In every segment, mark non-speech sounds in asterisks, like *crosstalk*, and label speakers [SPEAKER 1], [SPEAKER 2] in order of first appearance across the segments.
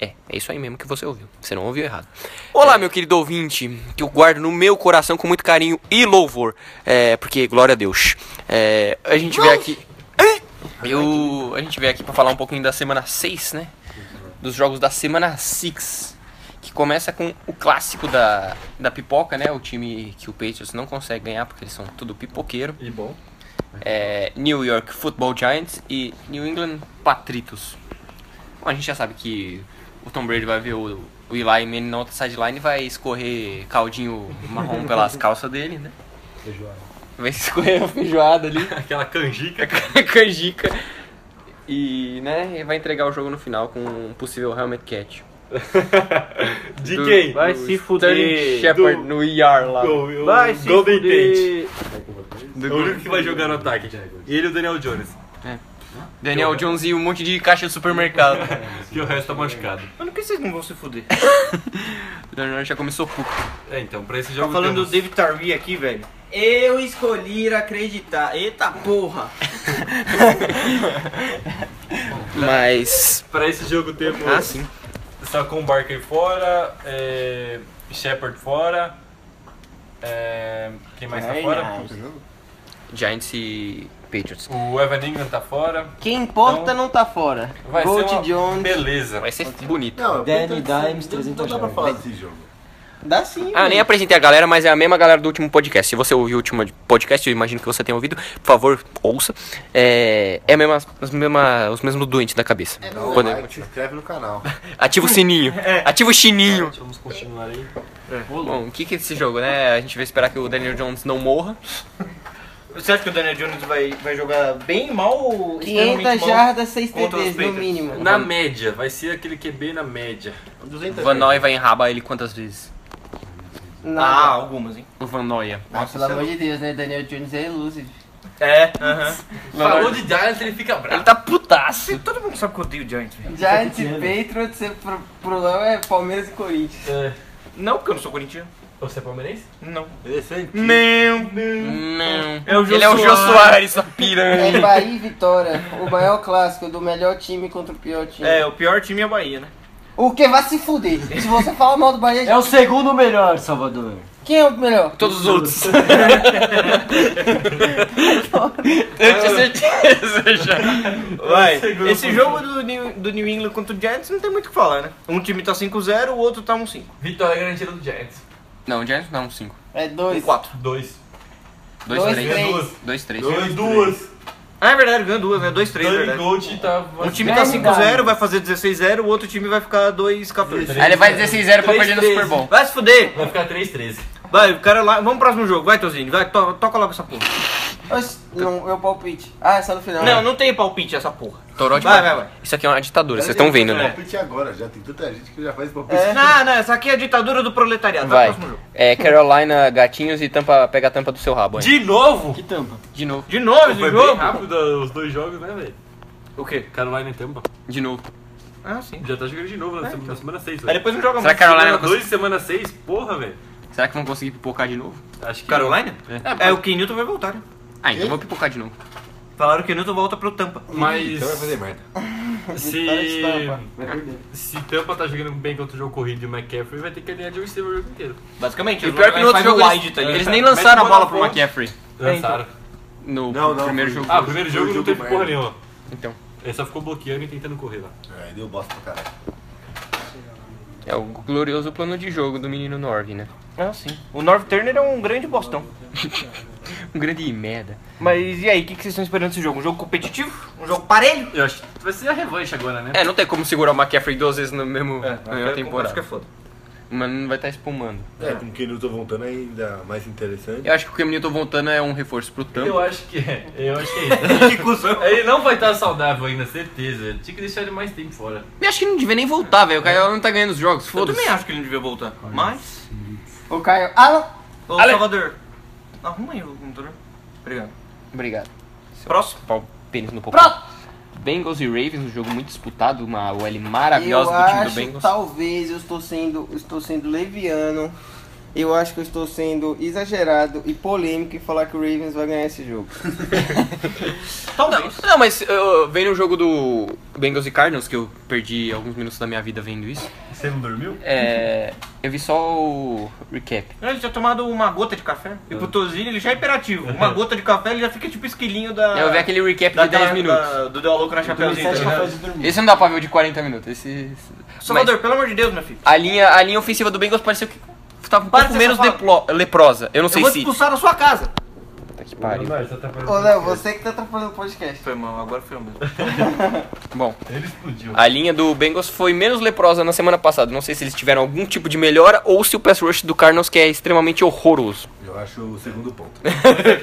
[SPEAKER 1] É, é isso aí mesmo que você ouviu. Você não ouviu errado. É. Olá, meu querido ouvinte, que eu guardo no meu coração com muito carinho e louvor. É, porque, glória a Deus. É, a gente veio aqui. Eu, a gente veio aqui pra falar um pouquinho da semana 6, né? Dos jogos da semana 6. Que começa com o clássico da, da pipoca, né? O time que o Patriots não consegue ganhar porque eles são tudo pipoqueiro.
[SPEAKER 2] E bom.
[SPEAKER 1] É, New York Football Giants e New England Patriots. Bom, a gente já sabe que o Tom Brady vai ver o, o Eli Manning na outra sideline e vai escorrer caldinho *laughs* marrom pelas calças dele, né?
[SPEAKER 2] Feijoada.
[SPEAKER 1] Vai escorrer a feijoada *laughs* ali,
[SPEAKER 2] *laughs* Aquela canjica.
[SPEAKER 1] a canjica. E, né, e vai entregar o jogo no final com um possível helmet catch.
[SPEAKER 2] De
[SPEAKER 1] Do-
[SPEAKER 2] quem?
[SPEAKER 3] Vai
[SPEAKER 1] do
[SPEAKER 3] se
[SPEAKER 1] Sterling
[SPEAKER 3] fuder.
[SPEAKER 1] Shepard
[SPEAKER 2] Do-
[SPEAKER 1] no IR lá.
[SPEAKER 2] Do-
[SPEAKER 3] Vai
[SPEAKER 2] do
[SPEAKER 3] se
[SPEAKER 2] Golden Tate.
[SPEAKER 3] fuder.
[SPEAKER 2] É o único que vai jogar no ataque. Ele e o Daniel Jones.
[SPEAKER 1] Daniel Jones e um monte de caixa de *laughs* supermercado.
[SPEAKER 2] Que o resto tá machucado.
[SPEAKER 3] Mas por que vocês não vão se fuder?
[SPEAKER 1] o Daniel Jones já começou pouco.
[SPEAKER 2] É, então, pra esse
[SPEAKER 3] Tá
[SPEAKER 2] jogo.
[SPEAKER 3] falando do
[SPEAKER 2] temos-
[SPEAKER 3] David Tarvey aqui, velho.
[SPEAKER 4] Eu escolhi acreditar. Eita porra!
[SPEAKER 1] Mas...
[SPEAKER 2] Pra esse jogo temos.
[SPEAKER 1] Ah, sim.
[SPEAKER 2] Sacon Barker fora, é, Shepard fora, é, quem mais tá fora?
[SPEAKER 1] Giants e Patriots.
[SPEAKER 2] O Evan Ingram tá fora.
[SPEAKER 4] Quem importa
[SPEAKER 2] Então,
[SPEAKER 4] não tá fora.
[SPEAKER 2] Vai
[SPEAKER 4] Gold
[SPEAKER 2] ser uma
[SPEAKER 4] Jones.
[SPEAKER 2] beleza.
[SPEAKER 1] Vai ser bonito. Ah,
[SPEAKER 5] Não,
[SPEAKER 4] Danny
[SPEAKER 5] então,
[SPEAKER 4] Dimes,
[SPEAKER 5] não-
[SPEAKER 4] 300
[SPEAKER 5] Não dá pra
[SPEAKER 4] reais.
[SPEAKER 5] falar desse jogo.
[SPEAKER 4] Dá sim,
[SPEAKER 1] Ah,
[SPEAKER 4] velho.
[SPEAKER 1] nem apresentei a galera, mas é a mesma galera do último podcast. Se você ouviu o último podcast, eu imagino que você tenha ouvido, por favor, ouça. É, é a mesma, as mesma- os mesmos doentes da cabeça.
[SPEAKER 5] Não,
[SPEAKER 1] Quando-
[SPEAKER 5] like, se inscreve no canal.
[SPEAKER 1] ativa o *laughs* sininho, ativa o chininho.
[SPEAKER 2] Vamos continuar aí.
[SPEAKER 1] É. Bom, o que, que é esse jogo, né? A gente vai esperar que o Daniel Jones não morra.
[SPEAKER 3] Você acha que o Daniel Jones vai, vai jogar bem mal ou extremamente
[SPEAKER 4] 500
[SPEAKER 3] mal?
[SPEAKER 4] jardas, 6
[SPEAKER 3] contra os
[SPEAKER 4] TDs no
[SPEAKER 3] Patriots.
[SPEAKER 4] mínimo.
[SPEAKER 2] Na média, vai ser aquele QB na média.
[SPEAKER 5] 200
[SPEAKER 1] Van Noy vai enrabar ele quantas vezes?
[SPEAKER 3] Ah,
[SPEAKER 4] Não.
[SPEAKER 3] algumas, hein?
[SPEAKER 1] O Van Noia.
[SPEAKER 4] Ah, pelo amor de Deus, né? Daniel Jones é elusive.
[SPEAKER 3] É, aham.
[SPEAKER 2] Falou de Giants, ele fica bravo.
[SPEAKER 1] Ele tá putaço.
[SPEAKER 3] Todo mundo sabe que eu odeio o Giants, velho.
[SPEAKER 4] Giants e Patriots, o pro- problema é Palmeiras e Corinthians.
[SPEAKER 2] É,
[SPEAKER 3] Não, porque eu não sou corintiano.
[SPEAKER 2] você é palmeirense?
[SPEAKER 3] Não.
[SPEAKER 5] Interessante.
[SPEAKER 3] Não, não.
[SPEAKER 1] Não.
[SPEAKER 3] É o Jô
[SPEAKER 1] ele é o Jô
[SPEAKER 3] Soares.
[SPEAKER 1] Soares, essa piranha.
[SPEAKER 4] É Bahia e Vitória, o maior clássico do melhor time contra o pior time.
[SPEAKER 3] É, o pior time é a Bahia, né?
[SPEAKER 4] O que vai se fuder? Se você falar mal do Bahia,
[SPEAKER 6] É o segundo melhor, Salvador.
[SPEAKER 4] quem é o melhor?
[SPEAKER 1] Todos os outros. Eu tinha certeza já.
[SPEAKER 3] Vai,
[SPEAKER 2] Segundo
[SPEAKER 3] esse
[SPEAKER 2] ponto.
[SPEAKER 3] jogo do New, do New England contra o Giants não tem muito o que falar, né? Um time tá 5-0, o outro tá 1-5.
[SPEAKER 2] Vitória garantida do Giants.
[SPEAKER 1] Não, Giants não, 5.
[SPEAKER 4] É
[SPEAKER 3] um
[SPEAKER 4] dois.
[SPEAKER 3] 4.
[SPEAKER 2] Dois.
[SPEAKER 1] 2,
[SPEAKER 4] Dois,
[SPEAKER 1] 3.
[SPEAKER 4] três.
[SPEAKER 1] 2, 3.
[SPEAKER 2] Dois, duas.
[SPEAKER 3] Ah, é verdade, ganhou duas, né? 2-3, é
[SPEAKER 2] Dani
[SPEAKER 3] verdade.
[SPEAKER 2] Gold tá...
[SPEAKER 3] Um time tá
[SPEAKER 6] Verdade.
[SPEAKER 3] 5-0, vai fazer 16-0, o outro time vai ficar 2-14.
[SPEAKER 1] Aí ele vai 16-0 pra
[SPEAKER 2] Três,
[SPEAKER 1] perder no
[SPEAKER 2] três.
[SPEAKER 1] Super Bowl.
[SPEAKER 3] Vai se fuder!
[SPEAKER 2] Vai ficar 3-13.
[SPEAKER 3] Vai, o cara lá. Vamos pro próximo jogo, vai, Tozinho. Vai, to- toca logo essa porra.
[SPEAKER 4] Oxi, Não, é o palpite. Ah, é só no
[SPEAKER 2] Tá.
[SPEAKER 4] final.
[SPEAKER 3] Não, não tem palpite essa porra.
[SPEAKER 1] Toronto.
[SPEAKER 3] Vai, vai, vai.
[SPEAKER 1] Isso aqui é uma ditadura, vocês estão vendo, né?
[SPEAKER 5] Palpite agora, já tem tanta gente que já faz palpite.
[SPEAKER 3] É. Não, não, essa aqui é a ditadura do proletariado.
[SPEAKER 1] Vai.
[SPEAKER 3] Vai, pro próximo jogo.
[SPEAKER 1] É Carolina Gatinhos e tampa, pega a tampa do seu rabo aí.
[SPEAKER 2] De novo? Tá
[SPEAKER 6] Que tampa.
[SPEAKER 1] De novo.
[SPEAKER 3] De novo esse
[SPEAKER 2] Foi
[SPEAKER 3] jogo?
[SPEAKER 2] bem rápido os dois jogos, né, velho?
[SPEAKER 3] O quê?
[SPEAKER 2] Carolina e Tampa.
[SPEAKER 1] De novo.
[SPEAKER 3] Ah, sim.
[SPEAKER 2] Já tá jogando de novo na, semana, na semana 6,
[SPEAKER 3] Aí
[SPEAKER 2] velho.
[SPEAKER 3] depois não joga
[SPEAKER 1] Será
[SPEAKER 3] mais.
[SPEAKER 1] que a Carolina
[SPEAKER 2] Semana
[SPEAKER 1] vai conseguir-
[SPEAKER 2] 2 semana 6, porra, velho.
[SPEAKER 1] Será que vão conseguir pipocar de novo?
[SPEAKER 2] Acho que...
[SPEAKER 3] Carolina?
[SPEAKER 2] É.
[SPEAKER 3] É, o Ken Newton vai voltar, né?
[SPEAKER 1] Ah, então vou pipocar de novo.
[SPEAKER 3] Falaram que o Newton volta pro Tampa.
[SPEAKER 2] Mas...
[SPEAKER 5] Então vai fazer merda.
[SPEAKER 2] *laughs* Se...
[SPEAKER 4] Vitória de Tampa. Vai perder.
[SPEAKER 2] Se Tampa tá jogando bem contra o jogo corrido e o McCaffrey, vai ter que ganhar de receiver o jogo inteiro.
[SPEAKER 3] Basicamente,
[SPEAKER 1] E o né? pior que no outro jogo
[SPEAKER 3] wide,
[SPEAKER 1] eles,
[SPEAKER 3] tá ligado?
[SPEAKER 1] eles nem lançaram a
[SPEAKER 2] Mete uma
[SPEAKER 1] bola
[SPEAKER 2] na
[SPEAKER 1] pro
[SPEAKER 2] frente.
[SPEAKER 1] McCaffrey.
[SPEAKER 2] Lançaram.
[SPEAKER 1] No
[SPEAKER 5] Não, não,
[SPEAKER 1] primeiro
[SPEAKER 5] foi-
[SPEAKER 1] jogo.
[SPEAKER 2] então. Ah, o primeiro jogo
[SPEAKER 5] Foi
[SPEAKER 2] não
[SPEAKER 5] jogo
[SPEAKER 2] teve porra
[SPEAKER 5] merda.
[SPEAKER 2] nenhuma.
[SPEAKER 1] Então.
[SPEAKER 2] Ele só ficou bloqueando e tentando correr lá.
[SPEAKER 5] É, deu bosta pra caralho.
[SPEAKER 1] É o glorioso plano de jogo do menino Norv, né?
[SPEAKER 3] Ah, sim. O Norv Turner é um grande bostão.
[SPEAKER 1] Um grande merda.
[SPEAKER 3] Mas e aí, o que, que vocês estão esperando desse jogo? Um jogo competitivo? Um jogo parelho?
[SPEAKER 2] Eu acho que vai ser a revanche agora, né?
[SPEAKER 1] É, não tem como segurar o McCaffrey duas vezes no mesmo, na mesma
[SPEAKER 3] Acho que é
[SPEAKER 1] temporada. *laughs*
[SPEAKER 3] foda.
[SPEAKER 1] Mas não vai estar espumando.
[SPEAKER 5] É, com quem eu tô voltando é ainda mais interessante.
[SPEAKER 1] Eu acho que o Cam Newton voltando é um reforço pro
[SPEAKER 2] Eu
[SPEAKER 1] Tampa.
[SPEAKER 2] acho que é. Eu acho que é isso. *laughs*
[SPEAKER 3] Que cuzão.
[SPEAKER 2] ele não vai estar saudável ainda, certeza. Tinha que deixar ele mais tempo fora.
[SPEAKER 1] Eu acho que não devia nem voltar, velho. O Caio não tá ganhando os jogos,
[SPEAKER 3] Eu
[SPEAKER 1] foda-se.
[SPEAKER 3] também acho que ele não devia voltar. Mas.
[SPEAKER 4] O Caio. Ah,
[SPEAKER 3] Ô,
[SPEAKER 1] Ale-
[SPEAKER 3] Salvador. Arruma aí o computador. Obrigado.
[SPEAKER 1] Obrigado.
[SPEAKER 3] Próximo.
[SPEAKER 1] Pau pênis no popô.
[SPEAKER 4] Pronto.
[SPEAKER 1] Bengals e Ravens, um jogo muito disputado, uma OL
[SPEAKER 4] eu
[SPEAKER 2] tá
[SPEAKER 1] maravilhosa do time do
[SPEAKER 4] acho,
[SPEAKER 1] Bengals.
[SPEAKER 4] talvez eu estou sendo, estou sendo leviano Eu acho que eu estou sendo exagerado e polêmico em falar que o Ravens vai ganhar esse jogo.
[SPEAKER 3] Talvez.
[SPEAKER 1] Não, mas eu, vendo o jogo do Bengals e Cardinals, que eu perdi alguns minutos da minha vida vendo isso,
[SPEAKER 2] Você não dormiu?
[SPEAKER 1] é, eu vi só o recap.
[SPEAKER 3] Ele tinha tomado uma gota de café. E
[SPEAKER 1] Ah.
[SPEAKER 3] pro Tozini ele já é imperativo. Uma
[SPEAKER 1] *laughs*
[SPEAKER 3] gota de café ele já fica tipo esquilinho da.
[SPEAKER 1] Eu vi aquele recap
[SPEAKER 3] da,
[SPEAKER 1] de 10
[SPEAKER 3] da-
[SPEAKER 1] minutos.
[SPEAKER 3] da- do Deu a Louco na Chapeuzinho. tá
[SPEAKER 6] Sete
[SPEAKER 3] ligado?
[SPEAKER 6] cafés de dormir.
[SPEAKER 1] Esse não dá pra ver o de 40 minutos. Esse. esse-
[SPEAKER 3] Salvador,
[SPEAKER 1] mas
[SPEAKER 3] pelo amor de Deus, meu filho.
[SPEAKER 1] a linha, a linha ofensiva do Bengals pareceu que tava um
[SPEAKER 3] Para
[SPEAKER 1] pouco
[SPEAKER 3] de ser
[SPEAKER 1] menos
[SPEAKER 3] safado.
[SPEAKER 1] deplo- leprosa. Eu não
[SPEAKER 3] Eu
[SPEAKER 1] sei
[SPEAKER 3] vou te
[SPEAKER 1] se.
[SPEAKER 3] expulsar da sua casa.
[SPEAKER 1] Puta que
[SPEAKER 2] Não,
[SPEAKER 1] pariu.
[SPEAKER 2] não, ele tá atrapalhando
[SPEAKER 4] Ô,
[SPEAKER 2] o
[SPEAKER 4] Léo,
[SPEAKER 2] podcast.
[SPEAKER 4] você que tá atrapalhando o podcast.
[SPEAKER 3] Foi mal, agora foi mesmo.
[SPEAKER 1] Bom,
[SPEAKER 2] Ele explodiu.
[SPEAKER 1] a linha do Bengals foi menos leprosa na semana passada. Não sei se eles tiveram algum tipo de melhora ou se o pass rush do Cardinals que é extremamente horroroso.
[SPEAKER 5] Eu acho o segundo ponto.
[SPEAKER 2] *laughs*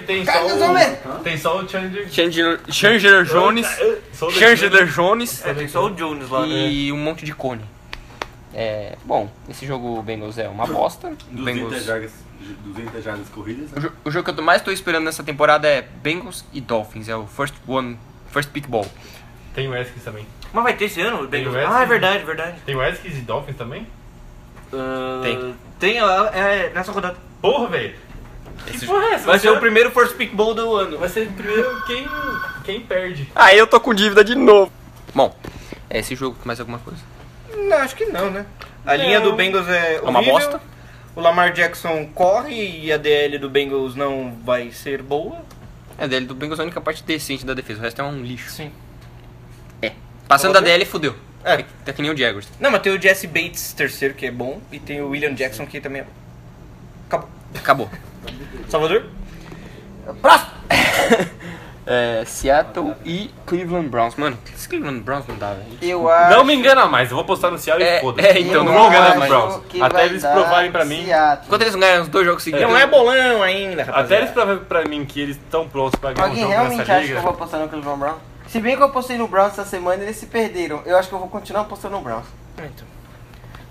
[SPEAKER 2] Tem só um tá?
[SPEAKER 4] Carlos Homem!
[SPEAKER 2] o, tem só o Chandler
[SPEAKER 1] Chandler Chandler Jones,
[SPEAKER 2] Só o
[SPEAKER 1] Chandler Jones
[SPEAKER 3] É, tem só o Jones lá. né?
[SPEAKER 1] e um monte de cone. É, bom, esse jogo Bengals é uma bosta. Bengals
[SPEAKER 5] 200 jardas, 200 jardas corridas.
[SPEAKER 1] O
[SPEAKER 5] Né?
[SPEAKER 1] jo- O jogo que eu mais tô esperando nessa temporada é Bengals e Dolphins, é o first one, first pick ball.
[SPEAKER 2] Tem o Redskins também.
[SPEAKER 3] Mas vai ter esse ano o
[SPEAKER 2] Tem
[SPEAKER 3] Bengals?
[SPEAKER 2] o West?
[SPEAKER 3] Ah, é verdade, verdade.
[SPEAKER 2] Tem o Redskins e Dolphins também?
[SPEAKER 3] Ah,
[SPEAKER 1] Tem.
[SPEAKER 3] Tem, ó, é nessa rodada.
[SPEAKER 2] Porra, velho.
[SPEAKER 1] Esse
[SPEAKER 2] Que porra é essa?
[SPEAKER 3] Vai ser o primeiro first pick ball do ano.
[SPEAKER 2] Vai ser primeiro quem, quem perde.
[SPEAKER 1] Aí Ah, eu tô com dívida de novo. Bom, é esse jogo mais alguma coisa?
[SPEAKER 4] Não, acho que não, né?
[SPEAKER 3] A linha
[SPEAKER 2] Não.
[SPEAKER 3] do Bengals é
[SPEAKER 1] É uma
[SPEAKER 3] horrível.
[SPEAKER 1] bosta?
[SPEAKER 3] O Lamar Jackson corre e a DL do Bengals não vai ser boa.
[SPEAKER 1] É, a DL do Bengals é a única parte decente da defesa, o resto é um lixo.
[SPEAKER 3] Sim.
[SPEAKER 1] É. Passando da DL, fudeu.
[SPEAKER 3] É.
[SPEAKER 1] É. Tá que nem o Jaguars.
[SPEAKER 3] Não, mas tem o Jesse Bates, terceiro, que é bom. E tem o William Jackson, que também é bom. Acabou.
[SPEAKER 1] Acabou.
[SPEAKER 3] Salvador?
[SPEAKER 1] Próximo! *laughs* é, Seattle e Cleveland Browns. Mano, esse Cleveland Browns não dá, velho.
[SPEAKER 4] Eu acho.
[SPEAKER 2] Não me engana mais, eu vou postar no Seattle
[SPEAKER 1] É,
[SPEAKER 2] e foda-se.
[SPEAKER 1] é, então,
[SPEAKER 4] eu
[SPEAKER 1] não vou ganhar
[SPEAKER 4] acho
[SPEAKER 1] mais
[SPEAKER 2] Browns.
[SPEAKER 4] que
[SPEAKER 2] Até
[SPEAKER 4] vai
[SPEAKER 2] eles
[SPEAKER 4] dar
[SPEAKER 2] provarem pra mim.
[SPEAKER 4] Seattle.
[SPEAKER 1] Enquanto eles não ganharem os dois jogos seguidos...
[SPEAKER 3] Não é bolão ainda, rapaz.
[SPEAKER 2] Até eles provarem pra mim que eles estão prontos pra ganhar um
[SPEAKER 4] Alguém
[SPEAKER 2] jogo
[SPEAKER 4] realmente
[SPEAKER 2] nessa
[SPEAKER 4] acha que
[SPEAKER 2] liga.
[SPEAKER 4] eu vou apostar no Cleveland Brown? Se bem que eu apostei no Browns essa semana e eles se perderam. Eu acho que eu vou continuar apostando no Browns.
[SPEAKER 3] Então.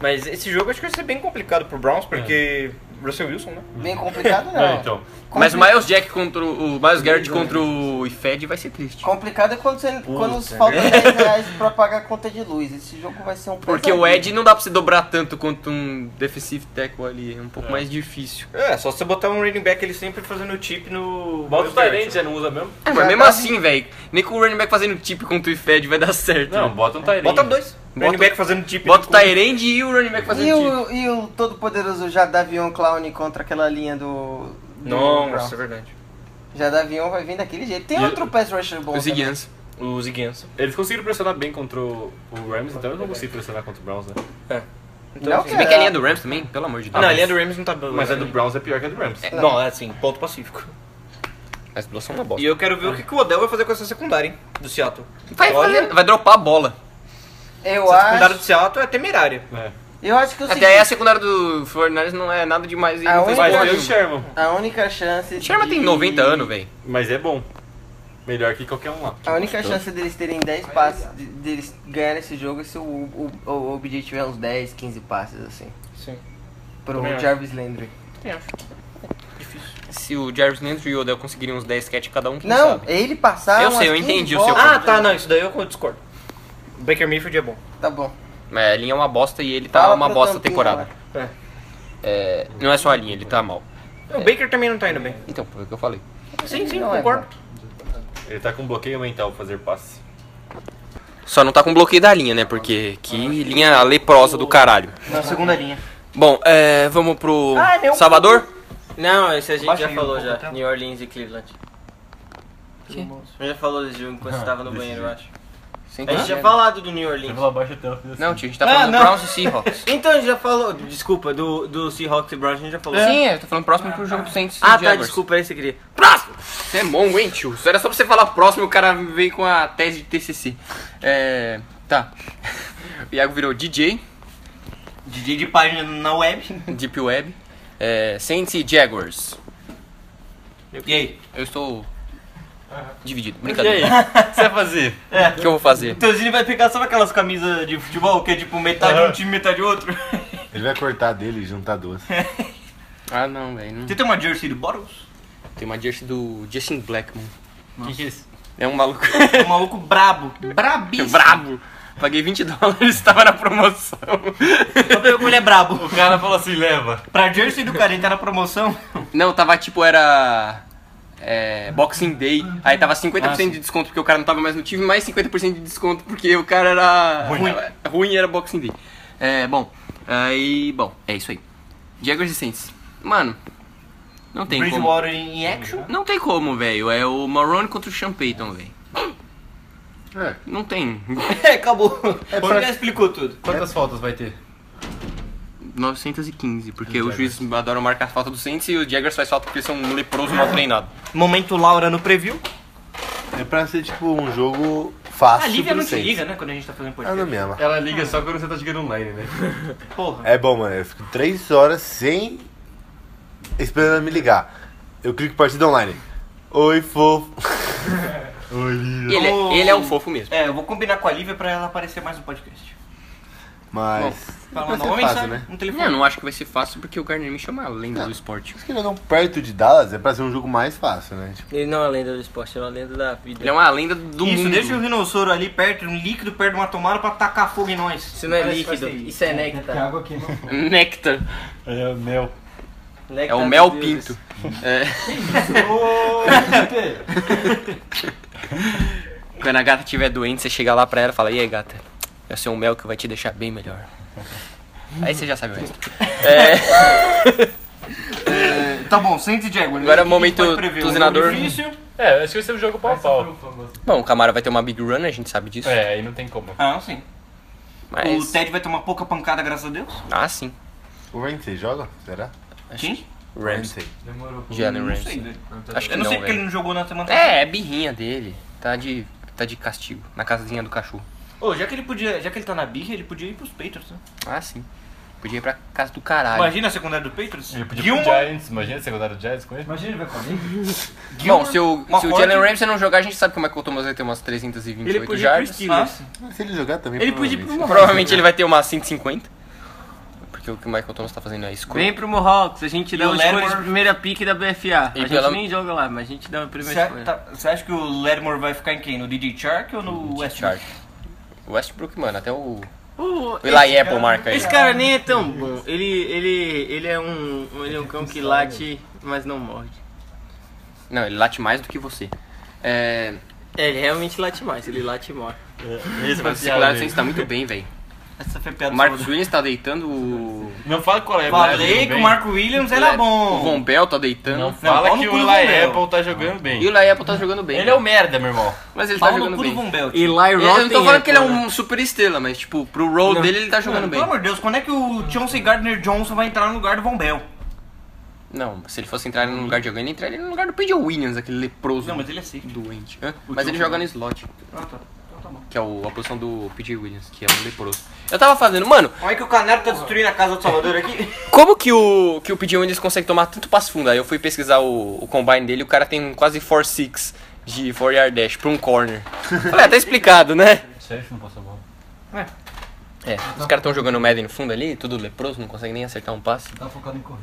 [SPEAKER 3] Mas esse jogo acho que vai ser bem complicado pro Browns, porque. Russell Wilson, né?
[SPEAKER 2] *laughs*
[SPEAKER 4] Bem complicado não.
[SPEAKER 2] É, então.
[SPEAKER 1] Mas o Miles Jack contra o... o Miles Garrett contra o Ifed vai ser triste.
[SPEAKER 4] Complicado é quando, você, quando
[SPEAKER 3] né?
[SPEAKER 4] faltam 10 reais pra pagar a conta de luz. Esse jogo vai ser um
[SPEAKER 1] Porque o
[SPEAKER 4] pesadelo.
[SPEAKER 1] Ed não dá pra se dobrar tanto quanto um defensive tackle ali, é um pouco mais difícil.
[SPEAKER 3] É, só se você botar um running back ele sempre fazendo o tip no.
[SPEAKER 2] Bota o
[SPEAKER 3] Miles
[SPEAKER 2] Tyrant, já não usa mesmo?
[SPEAKER 1] Ah,
[SPEAKER 4] Já
[SPEAKER 1] mas mesmo
[SPEAKER 4] tá
[SPEAKER 1] assim, velho, nem com o running back fazendo tip contra o Ifed vai dar certo.
[SPEAKER 2] Não,
[SPEAKER 1] né?
[SPEAKER 2] bota um Tyrant.
[SPEAKER 3] Bota dois.
[SPEAKER 1] Bota-
[SPEAKER 3] running back fazendo tip.
[SPEAKER 1] bota o
[SPEAKER 3] no-
[SPEAKER 1] Tyrande e o running back
[SPEAKER 4] E
[SPEAKER 1] fazendo tip.
[SPEAKER 3] tipo-
[SPEAKER 4] o, e o todo-poderoso Jadavion Clown contra aquela linha do. do
[SPEAKER 3] Nossa, é
[SPEAKER 4] Brown.
[SPEAKER 3] verdade.
[SPEAKER 4] Jadavion vai vir daquele jeito. Tem
[SPEAKER 2] E
[SPEAKER 4] outro pass rusher bom.
[SPEAKER 1] O Zigans.
[SPEAKER 3] O Ziguinhas.
[SPEAKER 2] Eles conseguiram pressionar bem contra o o Rams, então eles não conseguem pressionar contra o Browns, né?
[SPEAKER 4] também. Não,
[SPEAKER 1] Se bem
[SPEAKER 4] cara,
[SPEAKER 1] que a linha então, do Rams também, pelo amor de Deus.
[SPEAKER 3] não, a
[SPEAKER 4] é-
[SPEAKER 3] linha do Rams não tá boa.
[SPEAKER 2] Mas a do Browns é pior que a do Rams.
[SPEAKER 3] É, Não, é assim, ponto pacífico.
[SPEAKER 1] As duas são é uma bosta.
[SPEAKER 3] E eu quero ver o que, que o Odell vai fazer com essa secundária, hein? Do Seattle.
[SPEAKER 1] Vai,
[SPEAKER 3] Olha,
[SPEAKER 1] fazer- vai dropar a bola.
[SPEAKER 4] Eu
[SPEAKER 3] Essa secundária
[SPEAKER 4] acho.
[SPEAKER 3] do Seattle é temerária.
[SPEAKER 2] É.
[SPEAKER 4] Eu acho que o
[SPEAKER 1] Até aí a
[SPEAKER 4] seguinte,
[SPEAKER 1] secundária do Fortnite não é nada demais. e
[SPEAKER 4] A
[SPEAKER 1] não fez
[SPEAKER 4] única-
[SPEAKER 1] porra
[SPEAKER 2] Mas tem o
[SPEAKER 1] nenhuma.
[SPEAKER 2] Sherman.
[SPEAKER 4] a única chance.
[SPEAKER 1] Sherman
[SPEAKER 4] de-
[SPEAKER 1] tem 90 anos, velho.
[SPEAKER 2] Mas é bom. Melhor que qualquer um lá.
[SPEAKER 4] A única chance deles terem 10 passes, de- deles ganharem esse jogo é se o, o, o, o OBJ tiver uns 10, 15 passes, assim.
[SPEAKER 3] Sim.
[SPEAKER 4] Pro
[SPEAKER 3] Também acho.
[SPEAKER 4] Jarvis Landry.
[SPEAKER 1] Se o Jarvis Landry e o Odell conseguirem uns 10 catch cada um, quem
[SPEAKER 4] Não,
[SPEAKER 1] sabe?
[SPEAKER 4] é ele passar.
[SPEAKER 1] Eu
[SPEAKER 4] umas
[SPEAKER 1] sei, eu
[SPEAKER 4] 15
[SPEAKER 1] entendi o
[SPEAKER 4] bolas.
[SPEAKER 1] seu
[SPEAKER 3] Ah, tá, não, isso daí eu discordo. Baker Mayfield é bom.
[SPEAKER 4] Tá bom.
[SPEAKER 1] É, a linha é uma bosta e ele tá
[SPEAKER 4] Fala
[SPEAKER 1] uma
[SPEAKER 4] pro
[SPEAKER 1] bosta a
[SPEAKER 4] Tampinha
[SPEAKER 1] temporada.
[SPEAKER 4] lá.
[SPEAKER 1] É, não é só a linha, ele tá mal.
[SPEAKER 3] O Baker também não tá indo bem.
[SPEAKER 1] Então, foi o que eu falei.
[SPEAKER 3] Sim, sim,
[SPEAKER 4] Não é
[SPEAKER 3] concordo.
[SPEAKER 2] Ele tá com bloqueio mental pra fazer passe.
[SPEAKER 1] Só não tá com bloqueio da linha, né? Porque que linha leprosa do caralho.
[SPEAKER 3] Na segunda linha.
[SPEAKER 1] Bom, é, vamos pro
[SPEAKER 3] Ah, meu-
[SPEAKER 1] Salvador?
[SPEAKER 4] Não, esse a gente
[SPEAKER 3] Baixa
[SPEAKER 4] já
[SPEAKER 3] aí um
[SPEAKER 4] falou
[SPEAKER 3] pouco,
[SPEAKER 4] já.
[SPEAKER 3] tá?
[SPEAKER 4] New Orleans e Cleveland.
[SPEAKER 1] Que?
[SPEAKER 4] A gente já falou Ah, desse Tá jogo enquanto você tava no banheiro, eu acho.
[SPEAKER 1] Sem
[SPEAKER 4] A gente
[SPEAKER 1] querer.
[SPEAKER 4] já falado do New Orleans.
[SPEAKER 2] abaixo até o assim. fim
[SPEAKER 1] Não, tio, a gente tá
[SPEAKER 4] Ah,
[SPEAKER 1] falando
[SPEAKER 4] não.
[SPEAKER 1] Browns e Seahawks.
[SPEAKER 4] Então a gente já falou, desculpa, do, do Seahawks e Browns a gente já falou.
[SPEAKER 1] Sim, eu tô falando próximo pro jogo do Saints. e
[SPEAKER 4] Ah tá,
[SPEAKER 1] Jaguars.
[SPEAKER 4] desculpa, aí você queria.
[SPEAKER 1] Próximo! Você é bom, hein, tio? Só era só pra você falar próximo o cara veio com a tese de TCC. É. Tá. *laughs* O Iago virou DJ,
[SPEAKER 3] DJ de página na web.
[SPEAKER 1] Deep Web, é, Saints e Jaguars.
[SPEAKER 3] E aí?
[SPEAKER 1] Eu estou dividido,
[SPEAKER 2] E aí?
[SPEAKER 1] brincadeira. *laughs*
[SPEAKER 2] O que você vai fazer?
[SPEAKER 1] O que eu vou fazer?
[SPEAKER 3] Então ele vai pegar só aquelas camisas de futebol que é tipo metade de um time, metade outro. *laughs*
[SPEAKER 5] Ele vai cortar dele e juntar duas.
[SPEAKER 1] Ah, não, velho. não-
[SPEAKER 3] Você tem uma jersey do Bottles?
[SPEAKER 1] Tem uma jersey do Justin Blackman.
[SPEAKER 2] O que, que é isso?
[SPEAKER 1] É um maluco *laughs*
[SPEAKER 3] Um maluco brabo. Brabíssimo.
[SPEAKER 1] brabo. Paguei 20 dólares, estava na promoção. *laughs*
[SPEAKER 3] Só porque ele é brabo.
[SPEAKER 2] O cara falou assim, leva.
[SPEAKER 3] Pra Jersey do 40 na promoção.
[SPEAKER 1] Não, tava tipo, era. é, Boxing Day, aí tava 50% de desconto porque o cara não tava mais no time, mais 50% de desconto porque o cara era ruim, ruim era Boxing Day. É, bom, aí, bom, é isso aí. Jaguars e Saints. Mano, não tem como.
[SPEAKER 3] Bridgewater em action. *laughs*
[SPEAKER 1] Não tem como, velho. É o Marrone contra o Sean Payton, velho.
[SPEAKER 5] É.
[SPEAKER 1] Não tem. *laughs*
[SPEAKER 3] É, acabou. É, você já explicou tudo.
[SPEAKER 2] Quantas faltas vai ter?
[SPEAKER 1] 915, porque os juízes adoram marcar a falta do Saints e o Jaguars faz falta porque são um leproso mal treinado.
[SPEAKER 3] Momento Laura no preview.
[SPEAKER 5] É pra ser tipo um jogo fácil.
[SPEAKER 3] A Lívia
[SPEAKER 5] pro
[SPEAKER 3] não te
[SPEAKER 5] Saints.
[SPEAKER 3] liga, né? Quando a gente tá fazendo
[SPEAKER 5] Ela
[SPEAKER 3] podcast.
[SPEAKER 5] Ah, não me ama.
[SPEAKER 2] Ela liga só quando você tá jogando online, né?
[SPEAKER 3] Porra.
[SPEAKER 5] É bom, mano. Eu fico três horas sem. esperando ela me ligar. Eu clico partida online. Oi, *laughs* fofo. Oi, Lívia.
[SPEAKER 1] E Ele,
[SPEAKER 3] Oh.
[SPEAKER 1] é, ele é um fofo mesmo.
[SPEAKER 3] É, eu vou combinar com a Lívia pra ela aparecer mais no podcast.
[SPEAKER 5] Mas.
[SPEAKER 3] Fala
[SPEAKER 5] vai ser
[SPEAKER 3] uma
[SPEAKER 5] fácil,
[SPEAKER 3] mensagem,
[SPEAKER 5] né?
[SPEAKER 3] um telefone.
[SPEAKER 1] Não, não acho que vai ser fácil porque o Gardner me chama a lenda do esporte.
[SPEAKER 5] Acho que jogam perto de Dallas é pra ser um jogo mais fácil, né? Tipo,
[SPEAKER 4] Ele não é uma lenda do esporte, ele é uma lenda da vida.
[SPEAKER 1] Ele é uma lenda do
[SPEAKER 3] Isso,
[SPEAKER 1] mundo.
[SPEAKER 3] deixa o rinossauro ali perto, um líquido perto de uma tomada pra tacar fogo em nós.
[SPEAKER 4] Isso não é
[SPEAKER 3] Parece que
[SPEAKER 4] líquido,
[SPEAKER 3] vai ser
[SPEAKER 4] isso é néctar.
[SPEAKER 6] água aqui, não.
[SPEAKER 1] Néctar.
[SPEAKER 2] É, mel.
[SPEAKER 1] É o Mel Pinto. *laughs*
[SPEAKER 3] *laughs*
[SPEAKER 1] É,
[SPEAKER 6] Ô, Felipe,
[SPEAKER 1] quando a gata estiver doente, você chega lá pra ela e fala, e aí gata, eu sei um mel que vai te deixar bem melhor. Aí você já sabe o
[SPEAKER 3] *laughs*
[SPEAKER 1] resto. É,
[SPEAKER 3] É, Tá bom, Saints e Jaguars.
[SPEAKER 1] Agora é
[SPEAKER 3] O que
[SPEAKER 1] o momento
[SPEAKER 3] a gente pode prever?
[SPEAKER 1] tuzinador.
[SPEAKER 3] Um jogo difícil.
[SPEAKER 2] É, acho que vai ser um jogo pau a pau.
[SPEAKER 1] bom, o Camara vai ter uma big run, a gente sabe disso.
[SPEAKER 2] É, aí não tem como.
[SPEAKER 3] Ah, sim. O
[SPEAKER 1] Mas,
[SPEAKER 3] Ted vai tomar pouca pancada, graças a Deus.
[SPEAKER 1] ah sim,
[SPEAKER 5] o Ramsey joga? Será?
[SPEAKER 3] Quem?
[SPEAKER 1] Rams,
[SPEAKER 2] Demorou.
[SPEAKER 1] Jalen
[SPEAKER 3] Não sei.
[SPEAKER 1] Ramsey.
[SPEAKER 3] velho.
[SPEAKER 1] É Acho que
[SPEAKER 3] Eu não
[SPEAKER 1] não,
[SPEAKER 3] sei porque ele
[SPEAKER 1] velho.
[SPEAKER 3] não jogou na semana
[SPEAKER 1] É, é birrinha dele, tá de, tá de castigo, na casinha do cachorro.
[SPEAKER 3] Ô, já que ele podia, já que ele tá na birra, ele podia ir pros Patriots, né?
[SPEAKER 1] Ah sim, podia ir pra casa do caralho.
[SPEAKER 3] Imagina a secundária do Patriots.
[SPEAKER 2] Ele podia ir pro
[SPEAKER 3] Gilmore,
[SPEAKER 2] Giants, imagina a secundária do Giants com ele.
[SPEAKER 6] Imagina ele vai comer.
[SPEAKER 1] Bom, se o,
[SPEAKER 3] um uma
[SPEAKER 1] se o
[SPEAKER 3] Ford-
[SPEAKER 1] Jalen Ramsey não jogar, a gente sabe como é que o Thomas vai ter umas 328
[SPEAKER 4] Ele podia ir pro
[SPEAKER 1] jardas.
[SPEAKER 4] Steelers.
[SPEAKER 3] Ah,
[SPEAKER 5] Mas Se ele jogar também.
[SPEAKER 4] Ele podia ir pro
[SPEAKER 5] provavelmente.
[SPEAKER 1] Provavelmente ele vai ter umas 150. Porque o que o Michael Thomas tá fazendo é escuro.
[SPEAKER 4] Vem pro Mohawks, a gente
[SPEAKER 3] E
[SPEAKER 4] dá
[SPEAKER 3] o
[SPEAKER 4] uma escolha de
[SPEAKER 3] Lattimore-
[SPEAKER 4] primeira pick da BFA.
[SPEAKER 1] E
[SPEAKER 4] a
[SPEAKER 1] pela-
[SPEAKER 4] gente nem joga lá, mas a gente dá uma primeira
[SPEAKER 3] Você
[SPEAKER 4] escolha.
[SPEAKER 3] tá- você acha que o Ledmore vai ficar em quem? No DJ Chark ou no Westbrook?
[SPEAKER 1] Chark. O Westbrook, mano, até o.
[SPEAKER 4] Uh,
[SPEAKER 1] O Eli Apple marca aí.
[SPEAKER 4] Esse cara nem é tão bom. Ele, ele, ele é um, um- ele é um cão que late, mas não morde.
[SPEAKER 1] Não, ele late mais do que você. É.
[SPEAKER 4] É, ele realmente late mais, ele late e morde.
[SPEAKER 2] É, Esse
[SPEAKER 1] Mano, esse Clarence Sainz tá muito bem, velho.
[SPEAKER 3] Essa foi a
[SPEAKER 1] O
[SPEAKER 3] piada
[SPEAKER 1] Marcos tá
[SPEAKER 3] toda.
[SPEAKER 1] Williams tá deitando o.
[SPEAKER 2] Não fala qual é,
[SPEAKER 3] Falei que o Marco Williams era
[SPEAKER 1] O Von
[SPEAKER 3] bom.
[SPEAKER 1] Bell tá deitando.
[SPEAKER 2] Não fala
[SPEAKER 3] pau no
[SPEAKER 2] que
[SPEAKER 3] cu
[SPEAKER 2] o
[SPEAKER 3] do
[SPEAKER 2] Eli
[SPEAKER 3] Bell.
[SPEAKER 2] Apple tá jogando bem.
[SPEAKER 1] E o Eli Apple tá jogando bem.
[SPEAKER 2] Ele é o
[SPEAKER 1] velho.
[SPEAKER 2] merda, meu irmão.
[SPEAKER 1] Mas ele tá
[SPEAKER 3] Pau no
[SPEAKER 1] jogando
[SPEAKER 3] cu do
[SPEAKER 1] bem.
[SPEAKER 3] Von Bell.
[SPEAKER 4] Eli Rotten.
[SPEAKER 1] Eu não tô falando que ele é um super estrela, mas tipo, pro role
[SPEAKER 4] Não.
[SPEAKER 1] dele ele tá jogando
[SPEAKER 3] Mano,
[SPEAKER 1] bem.
[SPEAKER 3] Pelo amor de Deus, quando é que o Chauncey Gardner Johnson vai entrar no lugar do Von Bell?
[SPEAKER 1] Não, se ele fosse entrar no lugar de alguém, ele entraria no lugar do P.J. Williams, aquele leproso.
[SPEAKER 3] Não, mas ele é safety.
[SPEAKER 1] Doente. Hã? Mas ele joga no slot,
[SPEAKER 3] Ah, tá. Então tá bom.
[SPEAKER 1] que é o- a posição do P.J. Williams, que é um leproso. Eu tava fazendo, mano,
[SPEAKER 3] Olha que o Canário tá destruindo a casa do Salvador aqui.
[SPEAKER 1] como que o, que o P.J. Williams consegue tomar tanto passo fundo? Aí eu fui pesquisar o, o combine dele, o cara tem um quase 4-6 de 4-yard dash pra um
[SPEAKER 3] *laughs*
[SPEAKER 1] corner. Falei, ah, tá explicado, né?
[SPEAKER 2] Sério que não passou bola?
[SPEAKER 1] É,
[SPEAKER 3] Tá
[SPEAKER 1] os caras tão jogando Madden no fundo ali, tudo leproso, não consegue nem acertar um passe.
[SPEAKER 6] Tá focado em correr.